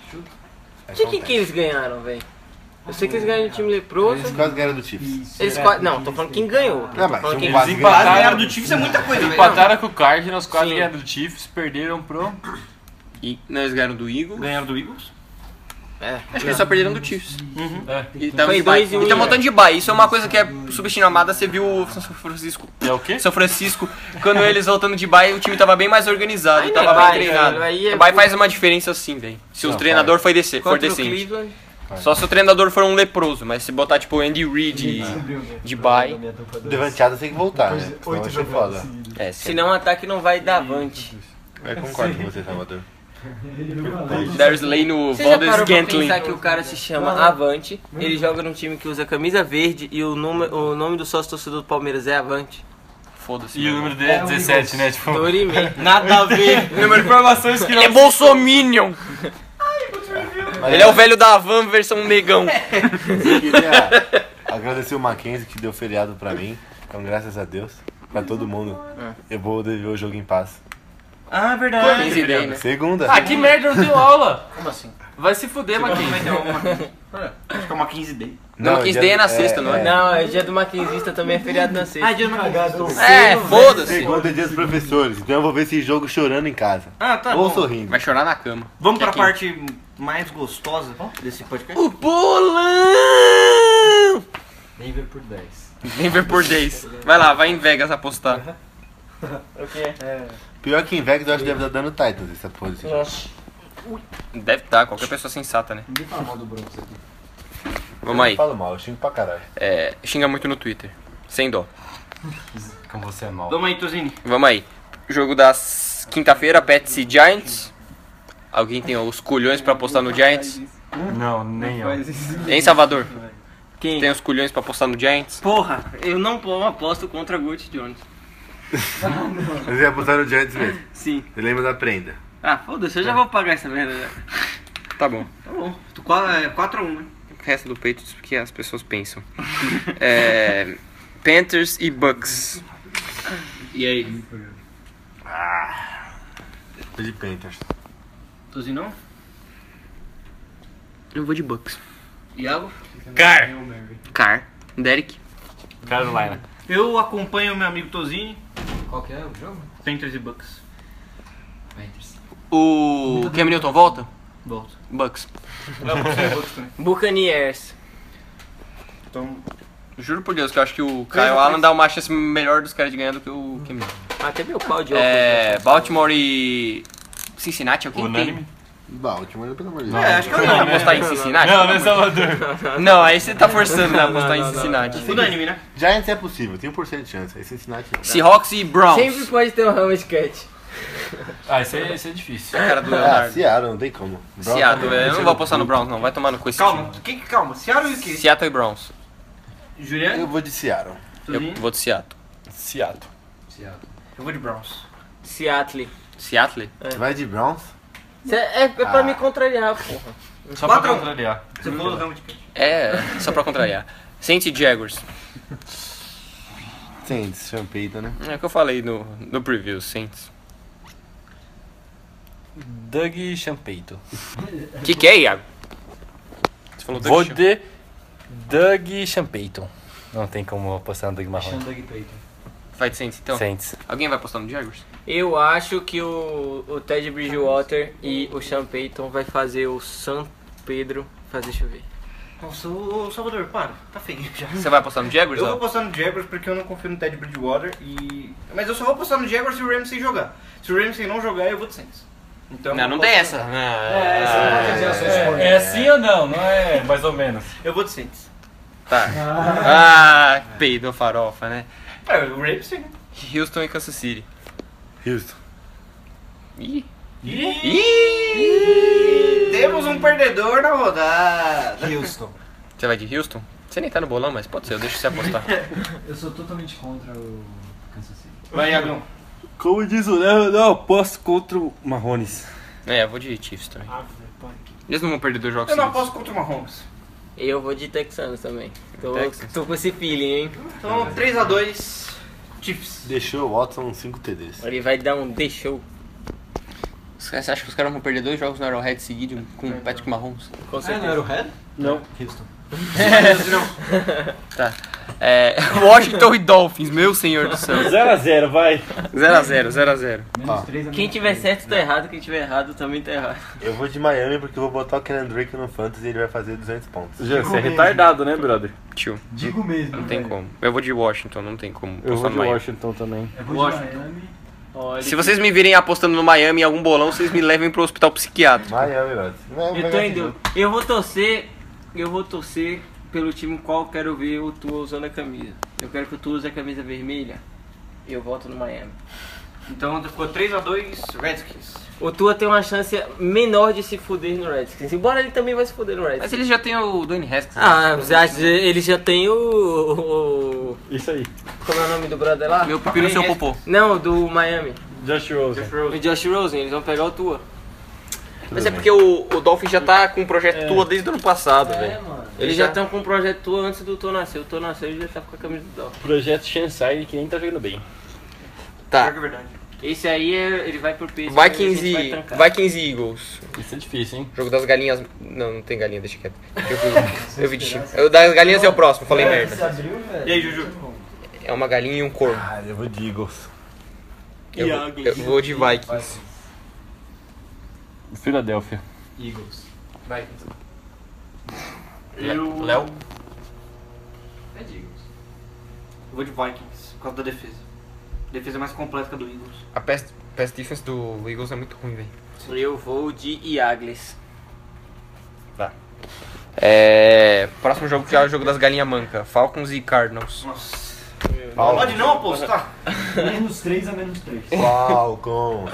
[SPEAKER 4] De que que eles ganharam, velho? Eu sei que eles ganharam o time leproso.
[SPEAKER 5] Eles quase ganharam do Chiefs.
[SPEAKER 4] Eles quase... Não, tô falando quem ganhou.
[SPEAKER 5] Ah,
[SPEAKER 4] Tô
[SPEAKER 5] mas
[SPEAKER 4] falando quem
[SPEAKER 5] um
[SPEAKER 4] ganhou.
[SPEAKER 5] quase
[SPEAKER 3] Quase
[SPEAKER 5] ganhou.
[SPEAKER 3] ganharam do Chiefs é muita coisa, velho.
[SPEAKER 2] Empataram com o Cardinals, quase
[SPEAKER 4] Sim.
[SPEAKER 2] ganharam do Chiefs, perderam pro...
[SPEAKER 1] E não, eles ganharam do Eagles.
[SPEAKER 3] Ganharam do Eagles?
[SPEAKER 1] Acho que eles só perderam do Chiefs.
[SPEAKER 2] É,
[SPEAKER 1] E tá,
[SPEAKER 4] Foi
[SPEAKER 1] em bye.
[SPEAKER 4] dois e um,
[SPEAKER 1] E tá
[SPEAKER 4] né?
[SPEAKER 1] montando de baia. Isso é uma coisa que é subestimada. Você viu o São Francisco.
[SPEAKER 2] é o quê?
[SPEAKER 1] São Francisco,
[SPEAKER 4] *laughs*
[SPEAKER 1] quando eles voltando de baia, o time tava bem mais organizado
[SPEAKER 4] Aí
[SPEAKER 1] e
[SPEAKER 4] não é
[SPEAKER 1] tava
[SPEAKER 4] bye,
[SPEAKER 1] bem treinado.
[SPEAKER 4] velho, aí é
[SPEAKER 1] O bye
[SPEAKER 4] pu-
[SPEAKER 1] faz uma diferença sim, velho. Se o
[SPEAKER 5] Não,
[SPEAKER 1] treinador foi dece- for
[SPEAKER 4] Contra o
[SPEAKER 1] decente.
[SPEAKER 4] Cleveland.
[SPEAKER 1] Só se o treinador for um leproso, mas se botar tipo Andy Reid.
[SPEAKER 6] descobriu minha-
[SPEAKER 1] de bye.
[SPEAKER 6] minha tampa
[SPEAKER 5] O
[SPEAKER 6] doce.
[SPEAKER 5] Devanteada tem que voltar, né?
[SPEAKER 6] Depois de Oito
[SPEAKER 5] Senão vai ser
[SPEAKER 6] jogos
[SPEAKER 5] foda.
[SPEAKER 6] seguidos.
[SPEAKER 1] É, se
[SPEAKER 4] Senão o ataque não vai dar avante.
[SPEAKER 5] É, Eu concordo com você, Salvador.
[SPEAKER 6] Ele não falou.
[SPEAKER 1] Darsley no
[SPEAKER 4] Você já
[SPEAKER 1] Valdez
[SPEAKER 4] parou pra
[SPEAKER 1] Gantling.
[SPEAKER 4] pensar que o cara se chama Avante,
[SPEAKER 1] Hum.
[SPEAKER 4] ele joga num time que usa camisa verde e o nome, o nome do sócio torcedor do Palmeiras é Avante?
[SPEAKER 1] Foda-se.
[SPEAKER 2] E o
[SPEAKER 1] meu.
[SPEAKER 2] número dele é 17, né? Tipo,
[SPEAKER 4] *laughs* Dorime.
[SPEAKER 3] Nada a ver.
[SPEAKER 1] *laughs* Número de informações que Ele é Bolsominion!
[SPEAKER 5] Mas
[SPEAKER 1] Ele é o velho da Van versão negão.
[SPEAKER 4] É.
[SPEAKER 1] *laughs*
[SPEAKER 5] eu queria agradecer o Mackenzie que deu feriado pra mim. Então, graças a Deus, pra todo mundo.
[SPEAKER 1] É.
[SPEAKER 5] Eu vou ver o jogo em paz.
[SPEAKER 3] Ah, verdade.
[SPEAKER 1] Coincidência, né?
[SPEAKER 5] Segunda.
[SPEAKER 7] Ah, que merda, eu não tenho aula.
[SPEAKER 3] Como assim?
[SPEAKER 7] Vai se fuder, Maquinho.
[SPEAKER 3] Vai ter
[SPEAKER 4] *laughs*
[SPEAKER 3] uma- Acho que é uma 15 day.
[SPEAKER 1] Não, Mackenzie
[SPEAKER 5] dia-
[SPEAKER 1] Day é na sexta, não é?
[SPEAKER 4] Não, é dia do maquinzista também, é feriado na
[SPEAKER 3] Ah,
[SPEAKER 4] sexta.
[SPEAKER 3] dia não
[SPEAKER 6] Cagado.
[SPEAKER 1] É, foda-se.
[SPEAKER 5] Segunda é dia dos professores, então eu vou ver esse jogo chorando em casa.
[SPEAKER 3] Ah, tá
[SPEAKER 5] Ou
[SPEAKER 3] bom.
[SPEAKER 5] sorrindo.
[SPEAKER 1] Vai chorar na cama.
[SPEAKER 3] Vamos pra
[SPEAKER 1] Aqui.
[SPEAKER 3] parte mais gostosa desse podcast?
[SPEAKER 1] O bolão!
[SPEAKER 6] Denver por 10.
[SPEAKER 4] Denver por 10. Vai lá, vai em Vegas apostar.
[SPEAKER 6] É,
[SPEAKER 5] Pior que em Vegas, eu acho que deve estar dando Titans essa porra. desse jogo.
[SPEAKER 1] Deve estar, qualquer pessoa sensata, né?
[SPEAKER 6] Uhum. ninguém fala mal do Broncos aqui.
[SPEAKER 1] Vamos
[SPEAKER 5] Eu
[SPEAKER 1] aí.
[SPEAKER 5] falo mal, eu xingo pra caralho.
[SPEAKER 1] É, xinga muito no Twitter. Sem dó.
[SPEAKER 2] Como você é mal.
[SPEAKER 3] Vamos aí, Tuzini.
[SPEAKER 1] Vamos aí. Jogo da s- quinta-feira, Pets e Giants. Alguém tem os culhões pra apostar no Giants?
[SPEAKER 2] Não, nem eu.
[SPEAKER 1] Em Salvador,
[SPEAKER 4] Quem?
[SPEAKER 1] tem os culhões pra apostar no Giants?
[SPEAKER 4] Porra, eu não po- aposto contra Gut Jones.
[SPEAKER 5] Mas ia botar no Giants mesmo.
[SPEAKER 4] Sim.
[SPEAKER 5] Você lembra da prenda?
[SPEAKER 4] Ah, foda-se, eu já vou pagar essa merda. né?
[SPEAKER 1] Tá bom.
[SPEAKER 3] É. Tá bom. 4x1, né?
[SPEAKER 1] O resto do peito diz que as pessoas
[SPEAKER 6] *laughs*
[SPEAKER 1] pensam. É, Panthers e Bucks.
[SPEAKER 4] E aí?
[SPEAKER 5] Tô de Panthers.
[SPEAKER 3] Tuzini não?
[SPEAKER 1] Eu vou de Bucks.
[SPEAKER 3] Iago?
[SPEAKER 2] Car!
[SPEAKER 1] Car. Derek.
[SPEAKER 2] Carolina.
[SPEAKER 3] Eu acompanho meu amigo Tozini,
[SPEAKER 6] Qual que é o jogo?
[SPEAKER 3] Panthers e Bucks.
[SPEAKER 6] Panthers.
[SPEAKER 1] O Cam Newton volta?
[SPEAKER 6] Volta.
[SPEAKER 1] Bucks.
[SPEAKER 4] Buccaneers.
[SPEAKER 3] Então,
[SPEAKER 1] Juro por Deus que eu acho que o Kyle Allen dá uma chance melhor dos caras de ganhar do que o Cam Newton.
[SPEAKER 4] Até meu pau de
[SPEAKER 1] É, Baltimore e Cincinnati, alguém
[SPEAKER 2] Unânime?
[SPEAKER 1] tem?
[SPEAKER 5] Baltimore, pelo amor de
[SPEAKER 2] Não.
[SPEAKER 5] Deus.
[SPEAKER 3] acho que é
[SPEAKER 1] Não,
[SPEAKER 3] unânime.
[SPEAKER 1] apostar em Cincinnati?
[SPEAKER 2] Não, não é Salvador.
[SPEAKER 1] Não, aí você tá forçando né, apostar em Cincinnati.
[SPEAKER 3] Unânime, né?
[SPEAKER 5] Giants é possível, tem 1% de chance. Aí Cincinnati não.
[SPEAKER 1] Seahawks e Browns.
[SPEAKER 4] Sempre pode ter um Ramos Cat.
[SPEAKER 2] Ah, isso é, isso é difícil.
[SPEAKER 1] Cara do
[SPEAKER 5] Ah,
[SPEAKER 1] Leonardo.
[SPEAKER 5] Seattle, não tem como. tá
[SPEAKER 1] Seattle, é, eu não vou apostar no Browns, não. Vai tomar no cu esse
[SPEAKER 3] Calma, quem que calma? Seattle e o
[SPEAKER 1] time.
[SPEAKER 3] quê?
[SPEAKER 1] Seattle e Browns.
[SPEAKER 3] Juliano?
[SPEAKER 5] Eu vou de Seattle.
[SPEAKER 1] Eu
[SPEAKER 3] Tuzini?
[SPEAKER 1] vou de Seattle.
[SPEAKER 2] Seattle.
[SPEAKER 6] Seattle.
[SPEAKER 3] Eu vou de Browns.
[SPEAKER 4] Seattle.
[SPEAKER 1] Seattle?
[SPEAKER 5] Você vai de Browns?
[SPEAKER 4] Cê- É, é pra
[SPEAKER 5] Ah.
[SPEAKER 4] me contrariar, porra.
[SPEAKER 2] Só
[SPEAKER 3] Quatro.
[SPEAKER 2] pra contrariar.
[SPEAKER 3] Você falou do Hamilton.
[SPEAKER 1] É, só pra contrariar. Saints e Jaguars.
[SPEAKER 5] Sim, Champeita, né?
[SPEAKER 1] É o que eu falei no, no preview, Saints.
[SPEAKER 2] Doug Champeito.
[SPEAKER 1] O que, que é, Iago? Você falou
[SPEAKER 2] Vou
[SPEAKER 1] Doug
[SPEAKER 2] de Doug Champeito. Não tem como apostar no Doug Marrone.
[SPEAKER 6] Achando Doug Payton.
[SPEAKER 1] Vai de Saints, então.
[SPEAKER 2] Saints.
[SPEAKER 1] Alguém vai apostar no Jaguars?
[SPEAKER 4] Eu acho que o, o Ted Bridgewater e o Sean Payton vai fazer o San Pedro fazer chover.
[SPEAKER 3] Nossa, ô ô, Salvador, para. Tá feio *laughs* já.
[SPEAKER 1] Você vai apostar no Jaguars?
[SPEAKER 3] Eu vou
[SPEAKER 1] Léo?
[SPEAKER 3] postar no Jaguars porque eu não confio no Ted Bridgewater e... Mas eu só vou postar no Jaguars se o Ramsey jogar. Se o Ramsey não jogar, eu vou de Saints. Então,
[SPEAKER 1] Não,
[SPEAKER 3] eu
[SPEAKER 1] não
[SPEAKER 3] vou
[SPEAKER 1] tem
[SPEAKER 3] postar-
[SPEAKER 1] essa.
[SPEAKER 6] É, você não pode dizer a sua escolha.
[SPEAKER 2] É assim ou não? Não é mais ou menos.
[SPEAKER 3] Eu vou de Saints.
[SPEAKER 1] Tá. Ah, peido farofa, né?
[SPEAKER 3] É, o Ramsey, né?
[SPEAKER 1] Houston e Kansas City.
[SPEAKER 5] Houston.
[SPEAKER 1] Ih.
[SPEAKER 3] Ih,
[SPEAKER 1] Ih.
[SPEAKER 3] Temos um perdedor na rodada.
[SPEAKER 6] Houston.
[SPEAKER 1] Você vai de Houston? Você nem tá no bolão, mas pode ser, eu deixo você *laughs* apostar.
[SPEAKER 6] Eu sou totalmente contra o Kansas City.
[SPEAKER 3] Vai, Iagão.
[SPEAKER 2] Como diz o Léo, eu não aposto contra o Marrones.
[SPEAKER 1] é, eu vou de Chiefs também.
[SPEAKER 3] Ah,
[SPEAKER 1] Eles não vão perder dois jogos
[SPEAKER 3] é Eu não
[SPEAKER 1] seguidos.
[SPEAKER 3] aposto contra o Mahomes.
[SPEAKER 4] Eu vou de Texanos também. Tô,
[SPEAKER 1] Texas.
[SPEAKER 4] tô com esse feeling, hein?
[SPEAKER 3] Então, 3x2, Chiefs.
[SPEAKER 5] Deixou o Watson 5 TDs.
[SPEAKER 4] Ele vai dar um The Show,
[SPEAKER 1] Você acha que os caras vão perder dois jogos no Arrowhead seguidos com o Patrick Mahomes?
[SPEAKER 4] com
[SPEAKER 6] Ah, não
[SPEAKER 4] certeza.
[SPEAKER 6] era o Red?
[SPEAKER 2] É, Não.
[SPEAKER 6] Houston.
[SPEAKER 1] É, *laughs* Washington e Dolphins, meu senhor do céu.
[SPEAKER 2] 0x0, vai.
[SPEAKER 1] 0x0, 0x0.
[SPEAKER 6] Menos
[SPEAKER 5] Ó.
[SPEAKER 6] 3
[SPEAKER 4] Quem tiver certo tá errado, quem tiver errado também tá errado.
[SPEAKER 5] Eu vou de Miami porque eu vou botar o Kenan Drake no Fantasy e ele vai fazer 200 pontos.
[SPEAKER 2] Jean, você é retardado, né, brother?
[SPEAKER 1] Tio,
[SPEAKER 6] Digo mesmo.
[SPEAKER 1] não tem
[SPEAKER 6] velho.
[SPEAKER 1] como. Eu vou de Washington, não tem como.
[SPEAKER 2] Eu vou
[SPEAKER 1] apostar
[SPEAKER 2] de
[SPEAKER 1] no Miami.
[SPEAKER 2] Washington também.
[SPEAKER 6] Eu vou de
[SPEAKER 3] Washington.
[SPEAKER 2] né?
[SPEAKER 6] Miami.
[SPEAKER 4] Olha,
[SPEAKER 1] Se vocês me virem apostando no Miami em algum bolão, vocês me levem pro hospital psiquiátrico.
[SPEAKER 5] Miami, brother. Vai
[SPEAKER 4] eu tô
[SPEAKER 5] pegar
[SPEAKER 4] em
[SPEAKER 5] esse
[SPEAKER 4] dúvida.
[SPEAKER 5] jogo.
[SPEAKER 4] Eu vou torcer, eu vou torcer pelo time qual eu quero ver o Tua usando a camisa. Eu quero que o Tua use a camisa vermelha. Eu voto no Miami.
[SPEAKER 3] Então, ficou 3x2, Redskins.
[SPEAKER 4] O Tua tem uma chance menor de se fuder no Redskins. Embora ele também vai se fuder no Redskins.
[SPEAKER 1] Mas eles já têm o Dwayne Haskins.
[SPEAKER 4] Ah, você acha- ele já tem o, o- o-
[SPEAKER 2] Isso aí.
[SPEAKER 4] Como é o nome do brother lá?
[SPEAKER 1] Meu pipi no seu popô.
[SPEAKER 4] Não, do Miami.
[SPEAKER 2] Josh Rosen.
[SPEAKER 4] O Josh Rosen, eles vão pegar o Tua.
[SPEAKER 1] Mas é porque o, o Dolphins já tá com o projeto Tua desde o ano passado,
[SPEAKER 6] É,
[SPEAKER 1] velho.
[SPEAKER 6] mano.
[SPEAKER 4] Eles
[SPEAKER 1] já-
[SPEAKER 4] já estão com o projeto Tua antes do Tua nascer. O Tua nasceu e já tá com a camisa do Dolphins.
[SPEAKER 2] Projeto Shansai que nem tá jogando bem.
[SPEAKER 3] Pior
[SPEAKER 1] Tá.
[SPEAKER 3] que é verdade.
[SPEAKER 4] Esse aí é- ele vai pro Pittsburgh.
[SPEAKER 1] Vikings
[SPEAKER 4] a gente vai
[SPEAKER 1] e,
[SPEAKER 4] tancar.
[SPEAKER 1] Vikings e Eagles.
[SPEAKER 2] Isso é difícil, hein?
[SPEAKER 1] Jogo das galinhas. Não, não tem galinha, deixa quieto. Eu, eu vi de time. O das galinhas é o próximo, falei
[SPEAKER 6] Você
[SPEAKER 1] merda.
[SPEAKER 6] abriu, velho?
[SPEAKER 3] E aí, Juju?
[SPEAKER 1] É uma galinha e um corvo.
[SPEAKER 5] Ah, eu vou de Eagles.
[SPEAKER 1] Eu, vou- eu vou de Vikings.
[SPEAKER 2] Filadélfia.
[SPEAKER 6] Eagles.
[SPEAKER 1] Léo?
[SPEAKER 8] até Eagles.
[SPEAKER 3] Eu vou de Vikings, por causa da defesa. Defesa é mais completa que a do Eagles.
[SPEAKER 1] A pass, pass defense do Eagles é muito ruim, velho.
[SPEAKER 4] Eu vou de Iagles.
[SPEAKER 1] É. Próximo jogo que é o jogo das galinhas manca. Falcons e Cardinals.
[SPEAKER 3] Nossa.
[SPEAKER 5] Paulo.
[SPEAKER 3] Pode não apostar.
[SPEAKER 8] Menos 3 a menos 3.
[SPEAKER 5] Falcon.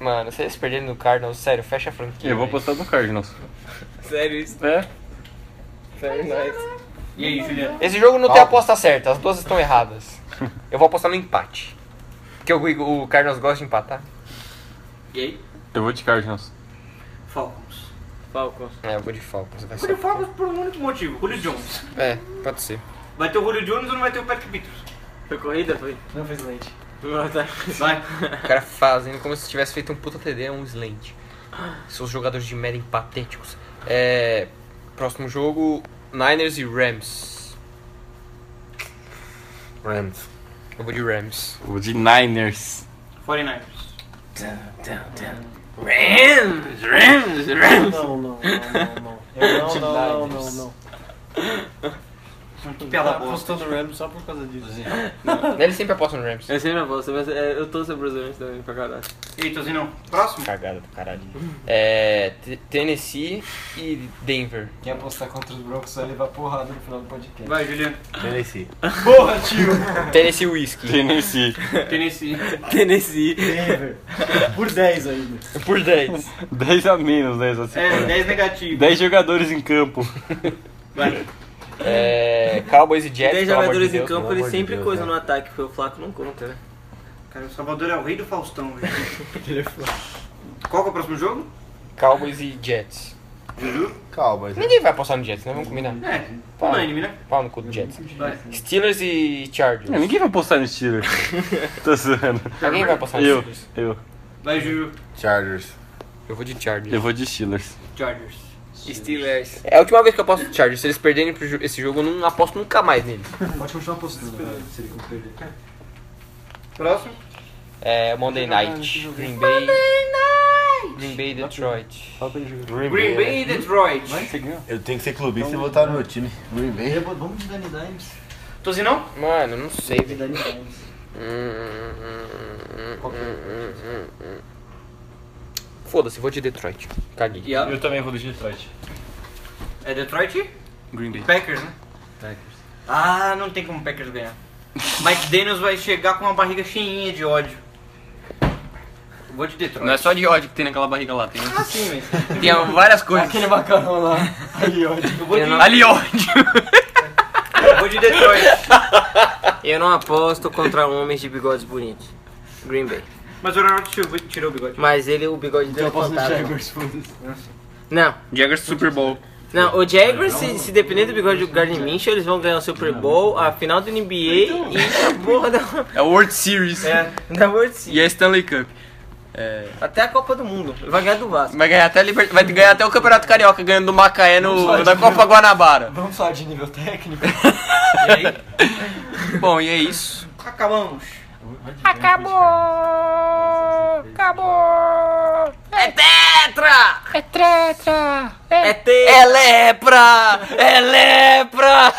[SPEAKER 1] Mano, se eles perderem no Cardinals, sério, fecha a franquia.
[SPEAKER 2] Eu vou
[SPEAKER 1] velho.
[SPEAKER 2] postar no Cardinals.
[SPEAKER 4] Sério isso?
[SPEAKER 2] É?
[SPEAKER 4] Sério, nós.
[SPEAKER 3] E aí, Juliano?
[SPEAKER 1] Esse jogo não tem
[SPEAKER 5] Falcons.
[SPEAKER 1] aposta certa, as duas estão erradas. Eu vou apostar no empate. Porque o, o Cardinals gosta de empatar.
[SPEAKER 3] E aí?
[SPEAKER 2] Eu vou de Cardinals.
[SPEAKER 3] Falcons.
[SPEAKER 4] Falcons.
[SPEAKER 1] É, eu vou de Falcons. Vai
[SPEAKER 3] Julio
[SPEAKER 1] ser.
[SPEAKER 3] Falcons por um único motivo, Julio Jones.
[SPEAKER 1] É, pode ser.
[SPEAKER 3] Vai ter o Julio Jones ou não vai ter o Patrick Peters?
[SPEAKER 4] Foi corrida? Foi?
[SPEAKER 8] Não fez leite.
[SPEAKER 3] Vai.
[SPEAKER 1] O cara fazendo como se tivesse feito um puta TD, um slant. Seus jogadores de Madden patéticos. É. Próximo jogo: Niners e Rams.
[SPEAKER 5] Rams.
[SPEAKER 1] Eu vou de Rams.
[SPEAKER 2] Eu vou de *laughs* Niners.
[SPEAKER 3] 49ers.
[SPEAKER 4] Rams! Rams! Rams!
[SPEAKER 9] Não, não, não, não, não. Eu não, não, não, não, não.
[SPEAKER 8] Uhum.
[SPEAKER 3] Que
[SPEAKER 9] Ela
[SPEAKER 8] Tá,
[SPEAKER 3] piada boa.
[SPEAKER 9] apostou no Rams só por causa disso.
[SPEAKER 1] Ele sempre aposta no Rams.
[SPEAKER 4] Eu sempre aposto, mas é, eu tô sobre os Rams também pra *laughs* caralho.
[SPEAKER 3] E aí, Tozinho? Próximo?
[SPEAKER 1] Cagada do caralho. É. T- Tennessee e Denver.
[SPEAKER 8] Quem apostar contra os Broncos vai levar porrada no final do podcast.
[SPEAKER 3] Vai, Juliano.
[SPEAKER 5] Tennessee.
[SPEAKER 8] Porra, tio!
[SPEAKER 1] Tennessee
[SPEAKER 4] *laughs*
[SPEAKER 1] Whiskey.
[SPEAKER 2] Tennessee.
[SPEAKER 3] Tennessee.
[SPEAKER 4] Tennessee.
[SPEAKER 8] Denver. Por 10 ainda.
[SPEAKER 1] Por 10.
[SPEAKER 2] 10 a menos, né? Assim,
[SPEAKER 3] É, 10 negativo.
[SPEAKER 2] 10 jogadores em campo.
[SPEAKER 1] É. Cowboys e Jets.
[SPEAKER 4] 10
[SPEAKER 1] pelo amor de
[SPEAKER 4] jogadores em
[SPEAKER 1] Deus.
[SPEAKER 4] campo,
[SPEAKER 5] pelo
[SPEAKER 4] ele
[SPEAKER 5] amor de
[SPEAKER 4] sempre
[SPEAKER 5] Deus,
[SPEAKER 4] coisa
[SPEAKER 5] né?
[SPEAKER 4] no ataque, porque o Flaco não conta, né?
[SPEAKER 3] Cara, o Salvador é o rei do Faustão,
[SPEAKER 8] *laughs*
[SPEAKER 3] velho.
[SPEAKER 8] é
[SPEAKER 3] Qual que é o próximo jogo?
[SPEAKER 1] Cowboys e Jets.
[SPEAKER 3] Juju?
[SPEAKER 5] Cowboys. né?
[SPEAKER 1] Ninguém vai apostar no Jets, né? Vamos combinar.
[SPEAKER 3] É, unânime, né?
[SPEAKER 1] Pau no cu do Jets.
[SPEAKER 3] Vai.
[SPEAKER 1] Steelers e Chargers.
[SPEAKER 2] Não, É, ninguém vai postar no Steelers. *laughs* Tô zoando.
[SPEAKER 1] Alguém vai apostar no
[SPEAKER 2] Eu,
[SPEAKER 1] Steelers.
[SPEAKER 2] eu.
[SPEAKER 3] Vai, Juju.
[SPEAKER 5] Chargers.
[SPEAKER 1] Eu vou de Chargers.
[SPEAKER 2] Eu vou de Steelers.
[SPEAKER 3] Chargers.
[SPEAKER 4] Steelers.
[SPEAKER 1] É a última vez que eu aposto no Chargers. Se eles perderem pro jo- esse jogo, eu não aposto nunca mais nele.
[SPEAKER 8] Pode continuar apostando, né? Se ele for perder.
[SPEAKER 3] Próximo?
[SPEAKER 1] É Monday Night. Green Bay. Green Bay e Detroit.
[SPEAKER 3] Green Bay e Detroit.
[SPEAKER 2] Você ganhou?
[SPEAKER 5] né? Eu tenho que ser clubista e votar no meu time. Green Bay.
[SPEAKER 8] Eu vou- Vamos de Danny Dimes.
[SPEAKER 3] Tozinão?
[SPEAKER 1] Mano, não sei,
[SPEAKER 8] De
[SPEAKER 1] velho.
[SPEAKER 8] Danny Dimes.
[SPEAKER 1] é? Foda-se, vou de Detroit. Caguei.
[SPEAKER 4] Yeah.
[SPEAKER 10] Eu também vou de Detroit.
[SPEAKER 3] É Detroit?
[SPEAKER 2] Green Bay.
[SPEAKER 3] Packers, né?
[SPEAKER 2] Packers.
[SPEAKER 3] Ah, não tem como o Packers ganhar. Mike Daniels vai chegar com uma barriga cheinha de ódio. Vou de Detroit.
[SPEAKER 1] Não é só de ódio que tem naquela barriga lá. Tem,
[SPEAKER 3] Ah, sim, velho.
[SPEAKER 1] *laughs* tem várias coisas.
[SPEAKER 8] Aquele macarrão lá. Aí, ó.
[SPEAKER 3] Eu vou de,
[SPEAKER 1] Ali ódio.
[SPEAKER 3] eu vou de Detroit.
[SPEAKER 4] Eu não aposto contra homens de bigodes bonitos. Green Bay.
[SPEAKER 3] Mas o Ronaldo tirou- tirou o bigode.
[SPEAKER 4] Mas ele, o bigode dele
[SPEAKER 8] Eu
[SPEAKER 4] é
[SPEAKER 8] aposto no
[SPEAKER 4] fantasma.
[SPEAKER 8] Jaguars, foda-se.
[SPEAKER 4] Não,
[SPEAKER 1] Jaggers Super Bowl.
[SPEAKER 4] não, o Jaguars, se, se depender do bigode do Gardner Minshew, eles vão ganhar o Super Bowl, a final do NBA e a porra da,
[SPEAKER 1] É World Series.
[SPEAKER 4] da World Series.
[SPEAKER 1] E a Stanley Cup. É,
[SPEAKER 4] Até a Copa do Mundo. Vai ganhar do Vasco.
[SPEAKER 1] Vai ganhar até, a Liber- vai ganhar até o Campeonato Carioca ganhando do Macaé no, na Copa Guanabara.
[SPEAKER 8] Vamos falar de nível técnico?
[SPEAKER 1] Bom, e é isso.
[SPEAKER 3] Acabamos.
[SPEAKER 4] É tetra! É tetra! É, tetra!
[SPEAKER 1] É lepra! É lepra!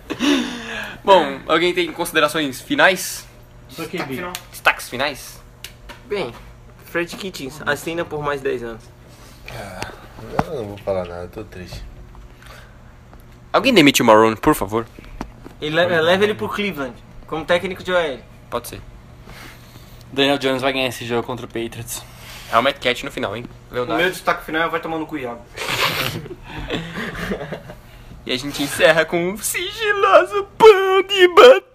[SPEAKER 1] *laughs* Bom, alguém tem considerações finais?
[SPEAKER 8] Só que vi.
[SPEAKER 3] Final.
[SPEAKER 1] Destaques finais?
[SPEAKER 4] Bem, Fred Kittins, assina por mais 10 anos.
[SPEAKER 5] Eu não vou falar nada, eu tô triste.
[SPEAKER 1] Alguém demite o Marone, por favor?
[SPEAKER 4] Ele le- leva ele pro Cleveland, como técnico de OL.
[SPEAKER 1] Pode ser.
[SPEAKER 2] Daniel Jones vai ganhar esse jogo contra o Patriots.
[SPEAKER 1] É o Matt Cat no final, hein?
[SPEAKER 3] O meu destaque final é vai tomar no cu Iago.
[SPEAKER 1] E a gente encerra com um sigiloso pão de batata.